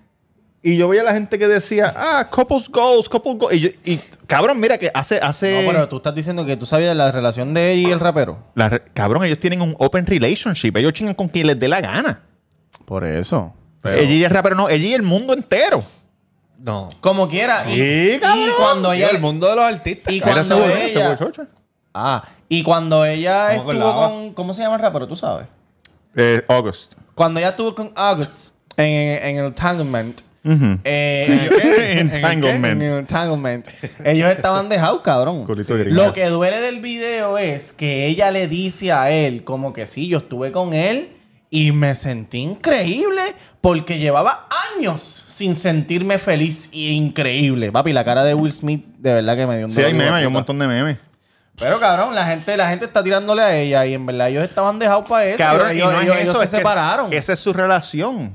Speaker 1: Y yo veía a la gente que decía, ah, couples goals, couples goals. Y, yo- y, cabrón, mira que hace. hace
Speaker 3: No, pero tú estás diciendo que tú sabías la relación de él y el rapero.
Speaker 1: La re- cabrón, ellos tienen un open relationship. Ellos chingan con quien les dé la gana.
Speaker 3: Por eso.
Speaker 1: Ella y el rapero no, ella y el mundo entero.
Speaker 2: No.
Speaker 3: Como quiera. y-
Speaker 1: Sí,
Speaker 3: y,
Speaker 1: cabrón.
Speaker 3: cuando ella.
Speaker 2: el mundo de los artistas.
Speaker 3: Y
Speaker 1: Mira,
Speaker 3: cuando
Speaker 1: se volvió- se
Speaker 3: ella.
Speaker 1: volvió chocha.
Speaker 3: ah, y cuando ella
Speaker 2: No me
Speaker 3: estuvo
Speaker 2: acordaba.
Speaker 3: con. ¿Cómo se llama el rapero? Tú sabes.
Speaker 1: Eh, August.
Speaker 3: Cuando ella estuvo con August en, en el entanglement.
Speaker 1: Ujú. [LAUGHS]
Speaker 3: eh, en
Speaker 1: Entanglement.
Speaker 3: el entanglement. Ellos estaban dejados, cabrón.
Speaker 1: Culito de gringa.
Speaker 3: Lo que duele del video es que ella le dice a él, como que sí, yo estuve con él y me sentí increíble porque llevaba años sin sentirme feliz y increíble. Papi, la cara de Will Smith de verdad que me dio un
Speaker 1: Sí, hay
Speaker 3: dolor de
Speaker 1: memes, hay un
Speaker 3: puta.
Speaker 1: montón de memes.
Speaker 3: Pero cabrón, la gente, la gente está tirándole a ella y en verdad ellos estaban dejados para eso.
Speaker 1: Cabrón,
Speaker 3: ellos,
Speaker 1: y no
Speaker 3: ellos-
Speaker 1: es
Speaker 3: ellos
Speaker 1: eso,
Speaker 3: se
Speaker 1: es que
Speaker 3: separaron.
Speaker 1: Esa es su relación.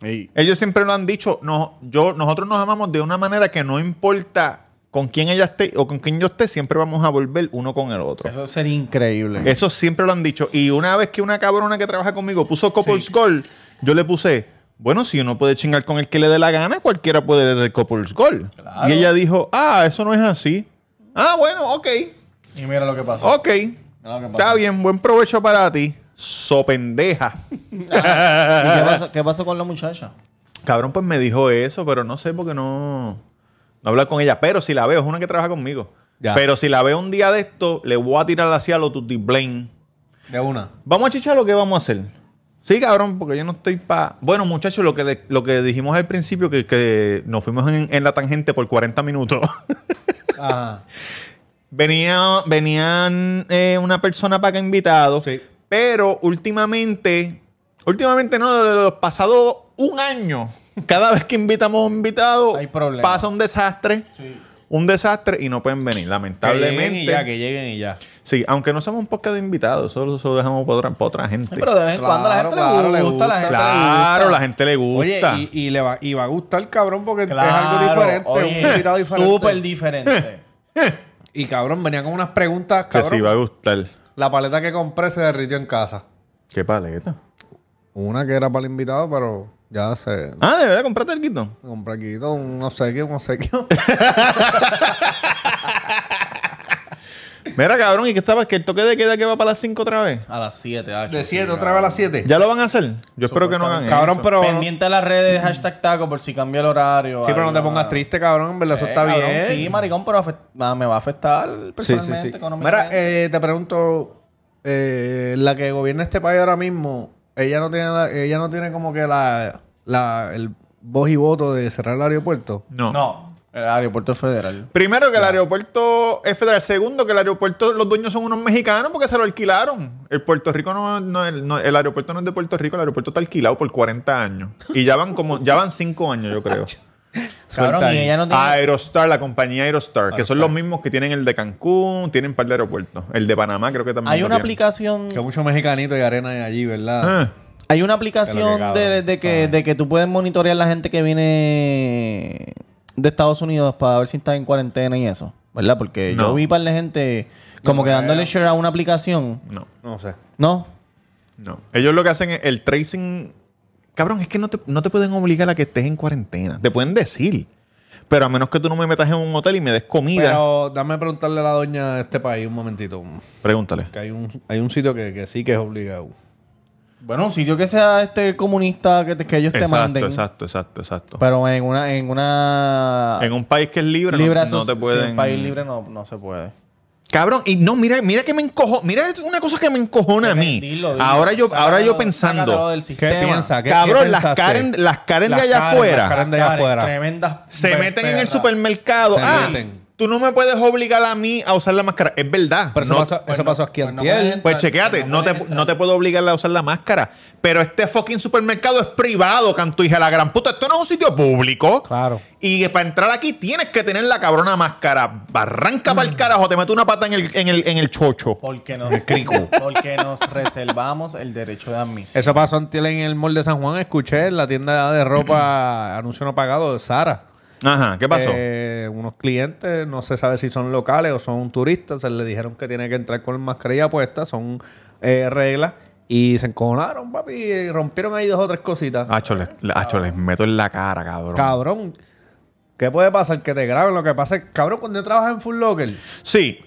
Speaker 3: Ey.
Speaker 1: Ellos siempre lo han dicho. No, yo, nosotros nos amamos de una manera que no importa con quién ella esté o con quién yo esté, siempre vamos a volver uno con el otro.
Speaker 3: Eso sería increíble.
Speaker 1: Eso siempre lo han dicho. Y una vez que una cabrona que trabaja conmigo puso Couples Goal, yo le puse, bueno, si uno puede chingar con el que le dé la gana, cualquiera puede dar Couples Goal. Y ella dijo, ah, eso no es así. Ah, bueno, ok.
Speaker 3: Y mira lo que pasó.
Speaker 1: Ok.
Speaker 3: Mira lo que pasó.
Speaker 1: Está bien, buen provecho para ti. So pendeja.
Speaker 3: ¿Y qué
Speaker 2: [LAUGHS]
Speaker 3: pasó, qué pasó con la muchacha?
Speaker 1: Cabrón, pues me dijo eso, pero no sé porque no, no hablar con ella. Pero si la veo, es una que trabaja conmigo.
Speaker 2: Ya.
Speaker 1: Pero si la veo un día de esto, le voy a tirar hacia lo tutti blame.
Speaker 2: De una.
Speaker 1: ¿Vamos a chichar lo que vamos a hacer? Sí, cabrón, porque yo no estoy pa... Bueno, muchachos, lo que, le- lo que dijimos al principio, que, que nos fuimos en, en la tangente por 40 minutos. [LAUGHS]
Speaker 2: Ajá.
Speaker 1: Venía, venían eh, una persona para acá invitado,
Speaker 2: Sí.
Speaker 1: pero últimamente, últimamente no, de los pasados un año, cada vez que invitamos a un invitado,
Speaker 3: Hay problema.
Speaker 1: pasa un desastre, un desastre y no pueden venir,
Speaker 2: Lamentablemente.
Speaker 1: lamentablemente.
Speaker 2: que lleguen y ya.
Speaker 1: Sí, aunque no somos un podcast de invitados, solo eso lo dejamos para otra, para otra gente.
Speaker 3: Pero de vez en
Speaker 2: Claro,
Speaker 3: cuando a la gente
Speaker 2: claro,
Speaker 3: le
Speaker 2: le
Speaker 3: gusta, la
Speaker 2: gusta.
Speaker 3: gente
Speaker 1: claro,
Speaker 3: le
Speaker 1: la gente le
Speaker 2: Oye,
Speaker 1: gusta.
Speaker 2: y, y le va, y va a gustar, cabrón, porque
Speaker 3: gusta.
Speaker 2: es algo diferente. un invitado
Speaker 3: oye,
Speaker 2: diferente.
Speaker 3: Súper diferente.
Speaker 2: Y cabrón, venía con unas preguntas,
Speaker 1: que
Speaker 2: cabrón.
Speaker 1: sí va a gustar.
Speaker 2: La paleta que compré se derritió en casa.
Speaker 1: ¿Qué paleta?
Speaker 2: Una que era para el invitado, pero ya se...
Speaker 1: Ah, ¿de verdad compraste el quito?
Speaker 2: Compré aquí todo un obsequio, un obsequio.
Speaker 1: Mira, cabrón, ¿y qué estaba? ¿Que el toque de queda que va para las 5 otra vez?
Speaker 3: A las ah, 7,
Speaker 5: De 7, otra vez a las 7.
Speaker 1: ¿Ya lo van a hacer? Yo espero que no hagan
Speaker 2: cabrón,
Speaker 1: eso.
Speaker 2: pero...
Speaker 3: Pendiente a las redes, hashtag taco, por si cambia el horario.
Speaker 2: Sí, pero no te
Speaker 3: algo.
Speaker 2: pongas triste, cabrón. En verdad, eso
Speaker 3: Eh,
Speaker 2: está
Speaker 3: cabrón,
Speaker 2: bien.
Speaker 3: Sí, maricón, pero afect- ah, me va a afectar
Speaker 2: Sí, sí,
Speaker 3: personalmente,
Speaker 2: sí. Mira,
Speaker 3: económicamente.
Speaker 2: eh, te pregunto, eh, la que gobierna este país ahora mismo, ella no tiene, la- ella no tiene como que la, la- el voz y voto de cerrar el aeropuerto.
Speaker 1: No.
Speaker 3: no, el aeropuerto federal.
Speaker 1: Primero que el aeropuerto es federal. Segundo que el aeropuerto, los dueños son unos mexicanos porque se lo alquilaron. El Puerto Rico no, no- el- no- el aeropuerto no es de Puerto Rico, el aeropuerto está alquilado por 40 años. Y ya van como, ya van 5 años, yo creo.
Speaker 3: Cabrón,
Speaker 2: Suelta
Speaker 3: y
Speaker 2: ahí.
Speaker 3: ella no tiene...
Speaker 1: Aerostar, la compañía Aerostar, que son los mismos que tienen el de Cancún, tienen un par de aeropuertos. El de Panamá creo que también.
Speaker 3: hay
Speaker 1: lo
Speaker 3: una
Speaker 1: tienen.
Speaker 3: aplicación...
Speaker 2: Que muchos mexicanitos y arena hay allí, ¿verdad?
Speaker 1: Ah.
Speaker 3: Hay una aplicación
Speaker 2: Pero qué
Speaker 3: de,
Speaker 2: cabrón.
Speaker 3: de que, de que tú puedes monitorear la gente que viene de Estados Unidos para ver si está en cuarentena y eso, ¿verdad? Porque
Speaker 1: No.
Speaker 3: yo vi par de gente como que dándole share a una aplicación.
Speaker 1: No.
Speaker 2: No sé.
Speaker 3: ¿No?
Speaker 1: No. Ellos lo que hacen es el tracing. Cabrón, es que no te, no te pueden obligar a que estés en cuarentena. Te pueden decir. Pero a menos que tú no me metas en un hotel y me des comida.
Speaker 2: Pero dame preguntarle a la doña de este país un momentito.
Speaker 1: Pregúntale.
Speaker 2: Que hay un, hay un sitio que, que sí que es obligado.
Speaker 3: Bueno, un sitio que sea este comunista que, te- que ellos te
Speaker 1: Exacto,
Speaker 3: manden.
Speaker 1: exacto, exacto, exacto.
Speaker 3: Pero en una, en una
Speaker 1: En un país que es libre, no-
Speaker 3: libre
Speaker 1: no,
Speaker 3: aso-
Speaker 1: te pueden.
Speaker 3: sí, un país libre no, no se puede.
Speaker 1: Cabrón, y no, mira, mira que me encojo. Mira, es una cosa que me encojona a mí.
Speaker 3: Dilo, dilo.
Speaker 1: ahora yo, ahora yo
Speaker 3: Sácatelo- sácatelo
Speaker 1: pensando.
Speaker 3: del
Speaker 2: ¿Qué
Speaker 3: sistema.
Speaker 2: piensa? ¿Qué-
Speaker 1: Cabrón,
Speaker 2: qué
Speaker 1: las
Speaker 2: pensaste?
Speaker 1: Karen, las Karen de
Speaker 2: Las
Speaker 1: allá
Speaker 2: Karen,
Speaker 1: afuera.
Speaker 2: las Karen de allá afuera.
Speaker 3: Tremendas.
Speaker 1: Se meten en el
Speaker 3: perras.
Speaker 1: supermercado.
Speaker 2: Se
Speaker 1: ah,
Speaker 2: meten.
Speaker 1: tú no me puedes obligar a mí a usar la máscara. Es verdad.
Speaker 2: Pero eso,
Speaker 1: no-
Speaker 2: pasó, eso pasó aquí
Speaker 3: pues no
Speaker 2: antier.
Speaker 3: pueden-
Speaker 1: Pues chequéate, no te, no te puedo obligar a usar la máscara. Pero este fucking supermercado es privado, canto hija de la gran puta. Esto no es un sitio público.
Speaker 2: Claro.
Speaker 1: Y para entrar aquí tienes que tener la cabrona máscara. Barranca
Speaker 2: Mm.
Speaker 1: para el carajo, te meto una pata en el, en el, en el chocho.
Speaker 3: Porque nos, porque nos reservamos el derecho de admisión.
Speaker 2: Eso pasó antier en el mall de San Juan. Escuché en la tienda de ropa [COUGHS] anuncio no pagado de Sara.
Speaker 1: Ajá, ¿qué pasó?
Speaker 2: Eh, unos clientes, no se sabe si son locales o son turistas, se le dijeron que tiene que entrar con mascarilla puesta, son eh, reglas, y se encojonaron, papi, y rompieron ahí dos o tres cositas.
Speaker 1: Acho, les, le- acho, les meto en la cara, cabrón.
Speaker 2: Cabrón, ¿qué puede pasar? Que te graben, lo que pasa es, cabrón, cuando yo trabajaba en Full Locker,
Speaker 1: Sí.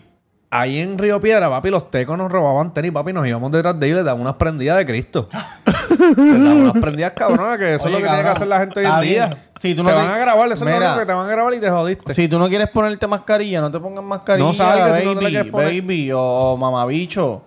Speaker 2: ahí en Río Piedra, papi, los tecos nos robaban tenis, papi, nos íbamos detrás de ellos y les daban unas prendidas
Speaker 3: [LAUGHS]
Speaker 2: de Cristo. les daban unas prendidas, cabrón, que eso es
Speaker 3: Oye,
Speaker 2: lo que tiene que
Speaker 3: cabrón,
Speaker 2: hacer la gente hoy en
Speaker 3: está bien.
Speaker 2: día.
Speaker 3: Si tú
Speaker 2: te
Speaker 3: no te-
Speaker 2: van a grabar, eso es lo
Speaker 3: Mira.
Speaker 2: único que te van a grabar y te jodiste.
Speaker 1: Pues,
Speaker 3: Si tú no quieres ponerte mascarilla, no te pongas mascarilla.
Speaker 2: No salgas si no te la
Speaker 3: baby,
Speaker 2: quieres poner.
Speaker 3: baby o, o mamabicho.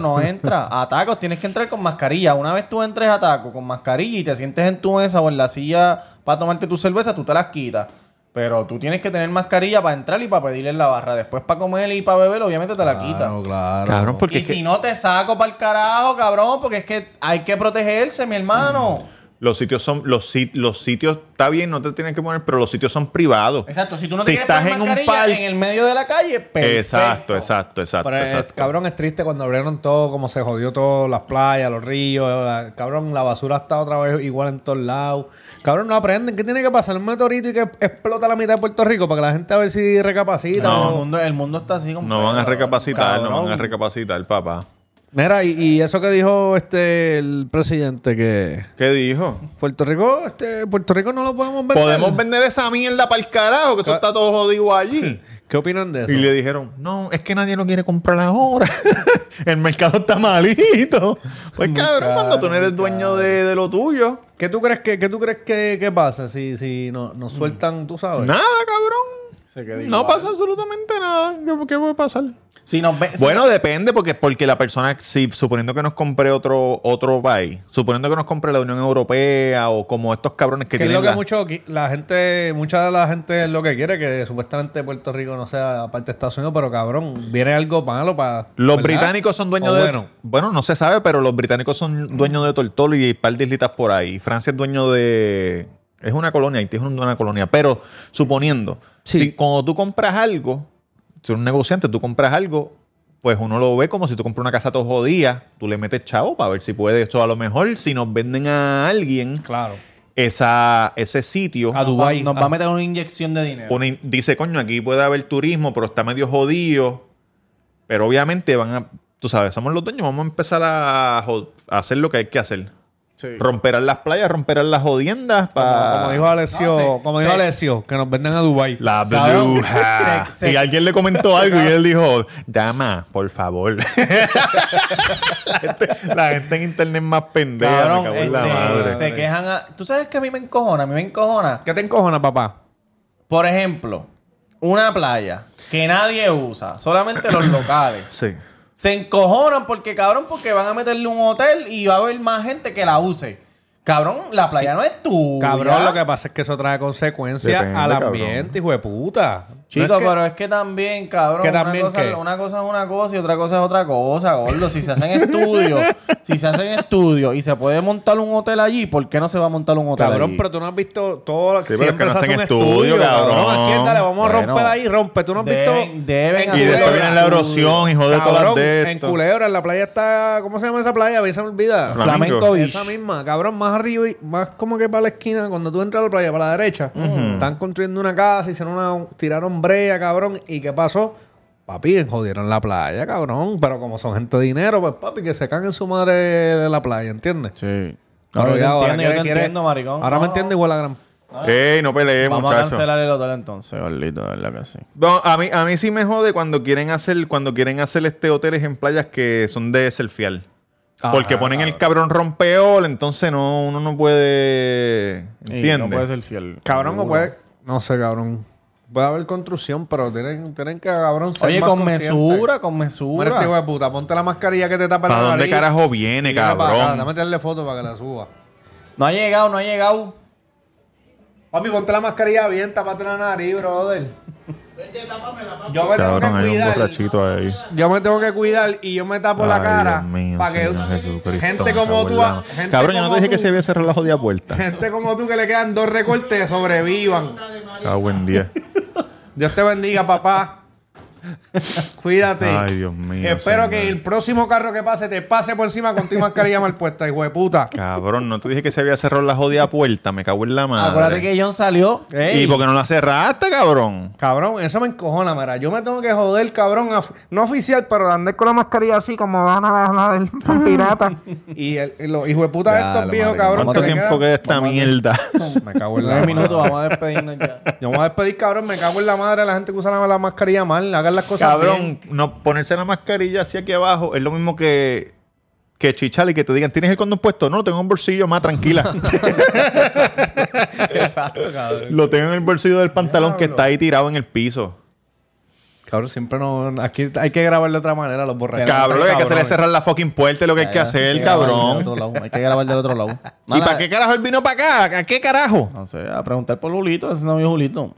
Speaker 1: [LAUGHS]
Speaker 3: no entra. A tacos tienes que entrar con mascarilla. Una vez tú entres a taco con mascarilla y te sientes en tu mesa o en la silla para tomarte tu cerveza, tú te las quitas. Pero tú tienes que tener mascarilla para entrar y para pedirle en la barra. Después para comer y para beber, obviamente te la quitas.
Speaker 2: claro.
Speaker 1: Cabrón, porque
Speaker 3: y
Speaker 1: es que
Speaker 3: si no te saco para el carajo, cabrón, porque es que hay que protegerse, mi hermano.
Speaker 1: Los sitios son, los, sit- los sitios, está bien, no te tienes que poner, pero los sitios son privados.
Speaker 3: Exacto, si tú no te
Speaker 1: Si
Speaker 3: quieres
Speaker 1: estás
Speaker 3: poner
Speaker 1: en un
Speaker 3: mascarilla
Speaker 1: parque-
Speaker 3: en el medio de la calle, perfecto.
Speaker 1: Exacto, exacto, exacto,
Speaker 2: Pero, eh,
Speaker 1: exacto.
Speaker 2: cabrón, es triste cuando abrieron todo, como se jodió todo, las playas, los ríos. la- cabrón, la basura está otra vez igual en todos lados. Cabrón, no aprenden. ¿Qué tiene que pasar? Un meteorito y que explota la mitad de Puerto Rico para que la gente a ver si recapacita.
Speaker 3: No, el
Speaker 2: o-
Speaker 3: mundo, el mundo está así como.
Speaker 1: No van a recapacitar, no van a
Speaker 2: Cabrón.
Speaker 1: recapacitar, papá.
Speaker 2: Mira, y, y eso que dijo este el presidente que
Speaker 1: ¿Qué dijo?
Speaker 2: Puerto Rico, este, Puerto Rico no lo podemos vender.
Speaker 1: Podemos vender esa mierda para el carajo, que eso está todo jodido allí.
Speaker 2: ¿Qué opinan de eso?
Speaker 1: Y le dijeron, no, es que nadie lo quiere comprar ahora. [LAUGHS] el mercado está malito. Pues cabrón, cuando tú no eres dueño de, de lo tuyo.
Speaker 2: ¿Qué tú crees que, qué tú crees que, que pasa si, si no, nos sueltan, tú sabes?
Speaker 1: Nada, cabrón.
Speaker 3: Se queda
Speaker 1: No
Speaker 3: igual.
Speaker 1: pasa absolutamente nada. ¿Qué, qué va a pasar?
Speaker 3: Si nos ve- si-
Speaker 1: Bueno, depende, porque, porque la persona, si suponiendo que nos compre otro, otro país, suponiendo que nos compre la Unión Europea o como estos cabrones que
Speaker 2: Que es
Speaker 1: tienen
Speaker 2: lo que
Speaker 1: la-
Speaker 2: mucho qui- la gente, mucha de la gente es lo que quiere, que supuestamente Puerto Rico no sea aparte de Estados Unidos, pero cabrón, viene algo malo para.
Speaker 1: Los británicos son dueños
Speaker 2: O
Speaker 1: de. Bueno.
Speaker 2: bueno.
Speaker 1: no se sabe, pero los británicos son dueños de Tortolo y un par de islitas por ahí. Francia es dueño de. Es una colonia, Haití es una colonia. Pero suponiendo,
Speaker 2: Sí.
Speaker 1: si cuando tú compras algo, si eres un negociante, tú compras algo, pues uno lo ve como si tú compras una casa todo jodida, tú le metes chavo para ver si puede esto. A lo mejor, si nos venden a alguien
Speaker 2: Claro.
Speaker 1: esa, ese sitio.
Speaker 2: A Dubái.
Speaker 3: Nos va a
Speaker 2: Ah.
Speaker 3: meter una inyección de dinero.
Speaker 1: Una in- dice, coño, aquí puede haber turismo, pero está medio jodido. Pero obviamente van a. Tú sabes, somos los dueños, vamos a empezar a, jo- a hacer lo que hay que hacer.
Speaker 3: Sí.
Speaker 1: Romperán las playas, romperán las jodiendas
Speaker 2: Como,
Speaker 1: para.
Speaker 2: como dijo Alessio,
Speaker 3: No, sí,
Speaker 2: como dijo
Speaker 3: sí.
Speaker 2: Alessio, que nos vendan a Dubai.
Speaker 1: Ah. la
Speaker 3: Cabrón.
Speaker 1: bruja.
Speaker 3: Se- se-
Speaker 1: Y alguien le comentó algo y él dijo, dama, por favor. [LAUGHS] la, gente, la gente en internet es más pendeja. me
Speaker 3: Cabrón,
Speaker 1: cago en la
Speaker 3: este,
Speaker 1: madre.
Speaker 3: se quejan a... Tú sabes que a mí me encojona, a mí me encojona.
Speaker 2: ¿Qué te encojona, papá?
Speaker 3: Por ejemplo, una playa que nadie usa,
Speaker 1: [COUGHS]
Speaker 3: solamente los locales.
Speaker 1: Sí.
Speaker 3: Se encojonan porque, cabrón, porque van a meterle un hotel y va a haber más gente que la use. Cabrón, la playa no es tuya.
Speaker 2: Cabrón, lo que pasa es que eso trae consecuencias
Speaker 1: Depende,
Speaker 2: al
Speaker 1: cabrón.
Speaker 2: ambiente, hijo de puta. No
Speaker 3: Chicos,
Speaker 2: es que-
Speaker 3: pero es que también, cabrón,
Speaker 2: ¿Que
Speaker 3: una,
Speaker 2: también
Speaker 3: cosa,
Speaker 2: qué?
Speaker 3: una cosa es una cosa y otra cosa es otra cosa, gordo. Si se hacen
Speaker 2: [LAUGHS]
Speaker 3: estudios, si se hacen estudios y se puede montar un hotel allí, ¿por qué no se va a montar un hotel
Speaker 2: Cabrón,
Speaker 3: allí?
Speaker 2: pero tú no has visto todo.
Speaker 1: Sí, pero es
Speaker 2: siempre
Speaker 1: que no
Speaker 2: se hace
Speaker 1: hacen
Speaker 2: un
Speaker 1: estudio, cabrón.
Speaker 2: Aquí está, le vamos a
Speaker 3: Bueno.
Speaker 2: romper ahí, rompe. Tú no has
Speaker 3: Deben-
Speaker 2: visto.
Speaker 3: deben
Speaker 1: Y
Speaker 3: hacer
Speaker 1: después
Speaker 3: Culebra.
Speaker 1: viene la erosión y jode todas las
Speaker 2: Cabrón,
Speaker 1: de
Speaker 2: en
Speaker 1: esto.
Speaker 2: Culebra, en la playa está. ¿Cómo se llama esa playa? A mí se me olvida.
Speaker 1: Flamingo.
Speaker 3: Flamenco Beach.
Speaker 2: Esa misma, cabrón, más arriba, y más como que para la esquina, cuando tú entras a la playa, para la derecha, están construyendo una casa, hicieron una, tiraron brea, cabrón, ¿y qué pasó? Papi, jodieron la playa, cabrón, pero como son gente de dinero, pues papi, que se caguen su madre de la playa, ¿entiendes?
Speaker 3: Sí.
Speaker 2: Pero
Speaker 3: No, yo
Speaker 2: ya
Speaker 3: te
Speaker 2: ahora
Speaker 3: entiendo, yo
Speaker 2: quiere-
Speaker 3: te
Speaker 2: quiere-
Speaker 3: entiendo, maricón. No,
Speaker 2: Ahora me
Speaker 3: no.
Speaker 2: entiende igual la gran...
Speaker 1: Ey, no pelees,
Speaker 3: Vamos a
Speaker 1: muchachos.
Speaker 3: cancelar el hotel entonces, gordito, de verdad que sí.
Speaker 1: No, a mí, a mí sí me jode cuando quieren hacer, cuando quieren hacer este hoteles en playas que son de selfial.
Speaker 2: Ah,
Speaker 1: Porque ponen el cabrón rompeol, entonces no, uno no puede. ¿Entiendes?
Speaker 3: No puede ser fiel.
Speaker 2: Cabrón, o puede... No sé, cabrón. Puede haber construcción, pero tienen, tienen que, cabrón, ser
Speaker 3: Oye,
Speaker 2: más
Speaker 3: con
Speaker 2: conscientes.
Speaker 3: mesura, con
Speaker 2: Mira
Speaker 3: mesura.
Speaker 2: este hijo de puta, ponte la mascarilla que te tapa la
Speaker 1: ¿Para dónde
Speaker 2: nariz
Speaker 1: carajo
Speaker 2: y
Speaker 1: viene,
Speaker 2: viene para acá. Dame
Speaker 1: cabrón?
Speaker 2: meterle foto para que la suba.
Speaker 3: No ha llegado, no ha llegado.
Speaker 2: Papi, ponte la mascarilla bien, tapate la nariz, brother. Yo me
Speaker 1: Cabrón,
Speaker 2: tengo
Speaker 1: hay un
Speaker 2: que cuidar.
Speaker 1: borrachito ahí.
Speaker 2: Yo me tengo que cuidar y yo me tapo la cara. para que gente como tú, a- gente
Speaker 1: Cabrón, yo no
Speaker 2: como
Speaker 1: te dije que
Speaker 2: tú-
Speaker 1: se había cerrado la jodida puerta.
Speaker 2: gente como tú que le quedan dos recortes sobrevivan.
Speaker 1: Cago en 10.
Speaker 2: Dios te bendiga, papá. Cuídate.
Speaker 1: Ay, Dios mío,
Speaker 2: Espero
Speaker 1: señor.
Speaker 2: que el próximo carro que pase te pase por encima con tu mascarilla mal puesta, hijo de puta.
Speaker 1: [LAUGHS] Cabrón, no te dije que se había cerrado la jodida puerta. Me cago en la madre.
Speaker 3: Acuérdate que John salió.
Speaker 1: ¿Y por qué no la cerraste, cabrón?
Speaker 2: Cabrón, eso me encojona, mira. Yo me tengo que joder, cabrón. af- No oficial, pero andar con la mascarilla así como van a ganar del [LAUGHS] pirata. y, el, y los hijos de puta de
Speaker 3: Ya,
Speaker 2: estos
Speaker 3: lo
Speaker 2: viejos,
Speaker 3: marico.
Speaker 2: cabrón.
Speaker 1: ¿Cuánto
Speaker 2: que le
Speaker 1: tiempo
Speaker 2: quedan-
Speaker 1: queda esta mierda?
Speaker 2: Me cago en la
Speaker 3: Nueve
Speaker 2: madre.
Speaker 3: minutos, vamos a despedirnos ya.
Speaker 2: Yo me voy a despedir, cabrón. Me cago en la madre de la gente que usa la, la mascarilla mal. Hagan las cosas bien.
Speaker 1: Cabrón, no, ponerse la mascarilla así aquí abajo es lo mismo que, que chichar y que te digan, ¿tienes el condón puesto? No, lo tengo en el bolsillo, más tranquila.
Speaker 2: [LAUGHS] [LAUGHS]
Speaker 1: [LAUGHS]
Speaker 2: Exacto, cabrón.
Speaker 1: lo tengo en el bolsillo del pantalón que está ahí tirado en el piso.
Speaker 2: Cabrón, siempre no... Aquí hay que grabar de otra manera los borrachos.
Speaker 1: Cabrón, lo que hay que hacer es
Speaker 2: Cabrones.
Speaker 1: cerrar la fucking puerta y lo que hay que hacer, cabrón.
Speaker 3: Hay que Eh, grabar del otro lado.
Speaker 1: [LAUGHS] ¿Y para qué carajo él vino para acá? ¿A qué carajo?
Speaker 3: No sé, a preguntar por Lulito, ese novio Julito.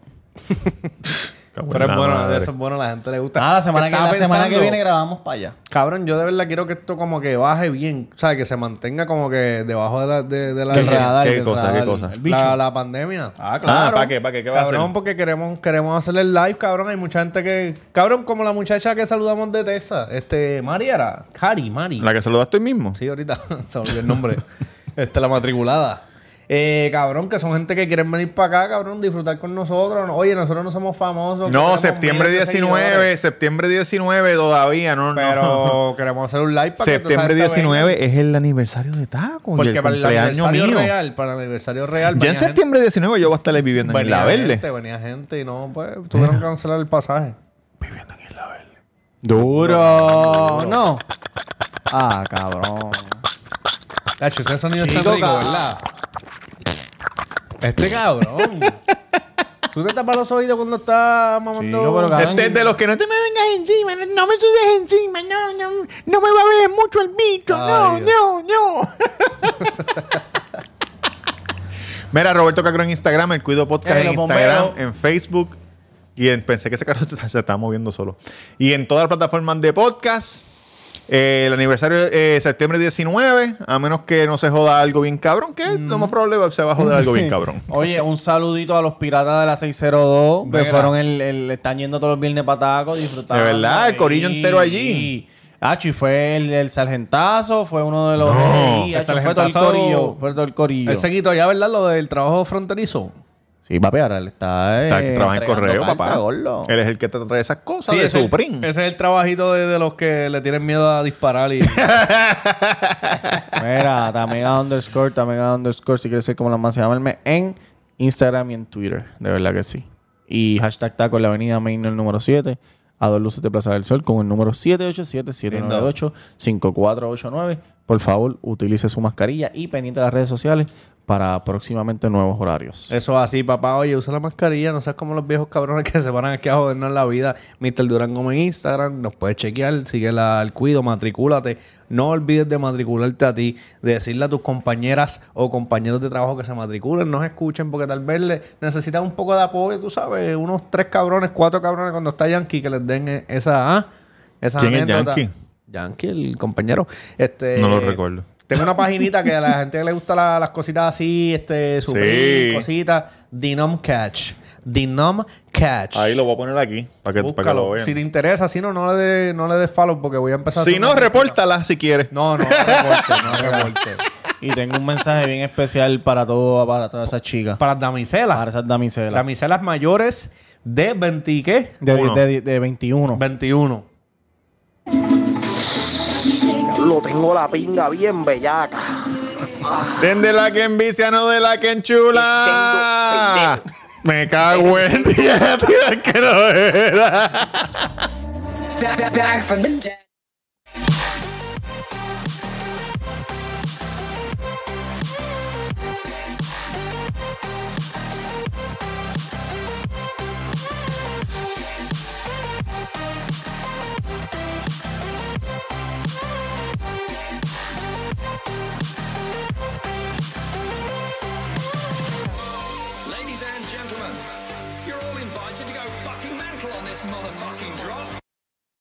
Speaker 2: Pero es
Speaker 1: Buena
Speaker 2: bueno,
Speaker 1: madre.
Speaker 2: eso es bueno, la gente le gusta.
Speaker 3: Ah, la semana, que, la
Speaker 2: Estaba
Speaker 3: semana que
Speaker 2: pensando-
Speaker 3: viene grabamos para allá.
Speaker 2: Cabrón, yo de verdad quiero que esto como que baje bien, o sea, que se mantenga como que debajo de la, de, de la
Speaker 1: ¿Qué-
Speaker 2: del
Speaker 1: qué-
Speaker 2: radar,
Speaker 1: qué
Speaker 2: del
Speaker 1: cosa, qué
Speaker 2: radar.
Speaker 1: cosa?
Speaker 2: El bicho. La, la pandemia.
Speaker 3: Ah,
Speaker 1: Ah, ¿para qué? ¿Para qué? ¿Qué va a hacer?
Speaker 2: Cabrón, porque queremos, queremos hacer el live, cabrón. Hay mucha gente que. Cabrón, como la muchacha que saludamos de Texas. Este, Mari era. Cari, Mari.
Speaker 1: ¿La que saludaste hoy mismo?
Speaker 2: Sí, ahorita [LAUGHS] se olvidó
Speaker 1: [LAUGHS]
Speaker 2: el nombre. Esta la matriculada. Eh, cabrón, que son gente que quieren venir para acá, cabrón, disfrutar con nosotros. Oye, nosotros no somos famosos. que
Speaker 1: No,
Speaker 2: tenemos
Speaker 1: septiembre
Speaker 2: miles de
Speaker 1: 19,
Speaker 2: seguidores,
Speaker 1: septiembre 19 todavía, no, no. [LAUGHS]
Speaker 2: Pero queremos hacer un live para
Speaker 1: septiembre
Speaker 2: que toda esa gente venga.
Speaker 1: 19 es el aniversario de Taco. y
Speaker 2: Porque
Speaker 1: el
Speaker 2: para el
Speaker 1: cumpleaños
Speaker 2: aniversario
Speaker 1: mío.
Speaker 2: real, para el aniversario real.
Speaker 1: Ya en
Speaker 2: venía gente-
Speaker 1: septiembre 19 yo voy a estar viviendo en
Speaker 2: venía
Speaker 1: La Verde.
Speaker 2: gente, venía gente y no, pues tuvieron que cancelar el pasaje. este.
Speaker 3: Duro. Oh, No. Ah, cabrón.
Speaker 2: Cacho, ese sonido está
Speaker 3: Chico,
Speaker 2: rico,
Speaker 3: ca-
Speaker 2: ¿verdad? Este cabrón. ¿Tú te tapas los oídos cuando estás mamando?
Speaker 3: Chico, pero cabrón.
Speaker 1: Este es de los que no te me vengas encima, no- no me subes encima, no, no, no me va a ver mucho el bicho, no,
Speaker 2: Ay, Dios.
Speaker 1: no, no. [LAUGHS] Mira, Roberto Cacro en Instagram, el Cuido Podcast
Speaker 3: Eh,
Speaker 1: en
Speaker 3: los
Speaker 1: Instagram,
Speaker 3: bomberos.
Speaker 1: en Facebook. Y en- pensé que ese carro [LAUGHS] se, se estaba moviendo solo. Y en todas las plataformas de podcast. eh, el aniversario eh, septiembre 19, a menos que no se joda algo bien cabrón, que lo más probable se va a joder algo [LAUGHS] bien cabrón.
Speaker 3: Oye, un saludito a los piratas de la 602 que
Speaker 2: Mira.
Speaker 3: fueron el, el- están yendo todos los viernes patacos disfrutando.
Speaker 1: De verdad, el corillo entero allí.
Speaker 3: Ah, y fue el, el sargentazo, fue uno de los.
Speaker 1: No.
Speaker 3: Sí,
Speaker 2: El
Speaker 3: achi, fue todo el
Speaker 2: sargentazo-
Speaker 3: corillo. Fue todo el corillo.
Speaker 2: Ese quito allá, ¿verdad? Lo del trabajo fronterizo.
Speaker 3: Sí, papi, ahora él está. eh,
Speaker 1: Está- trabaja en
Speaker 3: entregando
Speaker 1: correo,
Speaker 3: carta,
Speaker 1: papá.
Speaker 3: gordo.
Speaker 1: Él es el que te trae esas cosas de
Speaker 2: ese,
Speaker 1: Supreme.
Speaker 2: ese es el trabajito de, de los que le tienen miedo a disparar y...
Speaker 3: Mira, Tamega underscore, Tamega underscore, si quieres ser como la más, llámame en Instagram y en Twitter. De verdad que sí. Y hashtag taco en la avenida Main el número 7, a dos luces de Plaza del Sol, con el número 787-798-5489. Por favor, utilice su mascarilla y pendiente de las redes sociales para próximamente nuevos horarios.
Speaker 2: Eso es así, papá. Oye, usa la mascarilla. No seas como los viejos cabrones que se paran aquí a jodernos la vida. Mr. Durango en Instagram. Nos puedes chequear. Sigue la- al cuido. Matricúlate. No olvides de matricularte a ti. De decirle a tus compañeras o compañeros de trabajo que se matriculen. Nos escuchen porque tal vez le necesitan un poco de apoyo. Tú sabes, unos tres cabrones, cuatro cabrones cuando está Yankee que les den eh, esa... ah, esa
Speaker 1: ¿Quién es
Speaker 2: anécdota.
Speaker 1: Yankee?
Speaker 2: Yankee, el compañero. Este,
Speaker 1: No lo recuerdo.
Speaker 2: Tengo una paginita que a la gente que le gusta la- las cositas así, este, su
Speaker 1: Sí.
Speaker 2: cositas. Dinom Catch. Dinom Catch.
Speaker 1: Ahí lo voy a poner aquí para que, para que lo
Speaker 2: Búscalo.
Speaker 1: vean.
Speaker 2: Si te interesa, si no, no le des no le des follow porque voy a empezar a
Speaker 1: Si
Speaker 2: hacer
Speaker 1: no,
Speaker 2: una-
Speaker 1: repórtala si quieres.
Speaker 2: No, no, no reporte, no [LAUGHS] reporte.
Speaker 3: Y tengo un mensaje bien especial para, todo, para todas esas chicas.
Speaker 2: Para las damiselas.
Speaker 3: Para esas damiselas.
Speaker 2: Damiselas mayores de 20 qué?
Speaker 3: de,
Speaker 1: Uno.
Speaker 3: de- de 21.
Speaker 2: 21.
Speaker 4: Lo tengo la pinga bien bellaca.
Speaker 1: Den de la que envicia, no de la que enchula. Me cago [LAUGHS] en ti, tío, que no era.
Speaker 7: Back, back, back from the dead.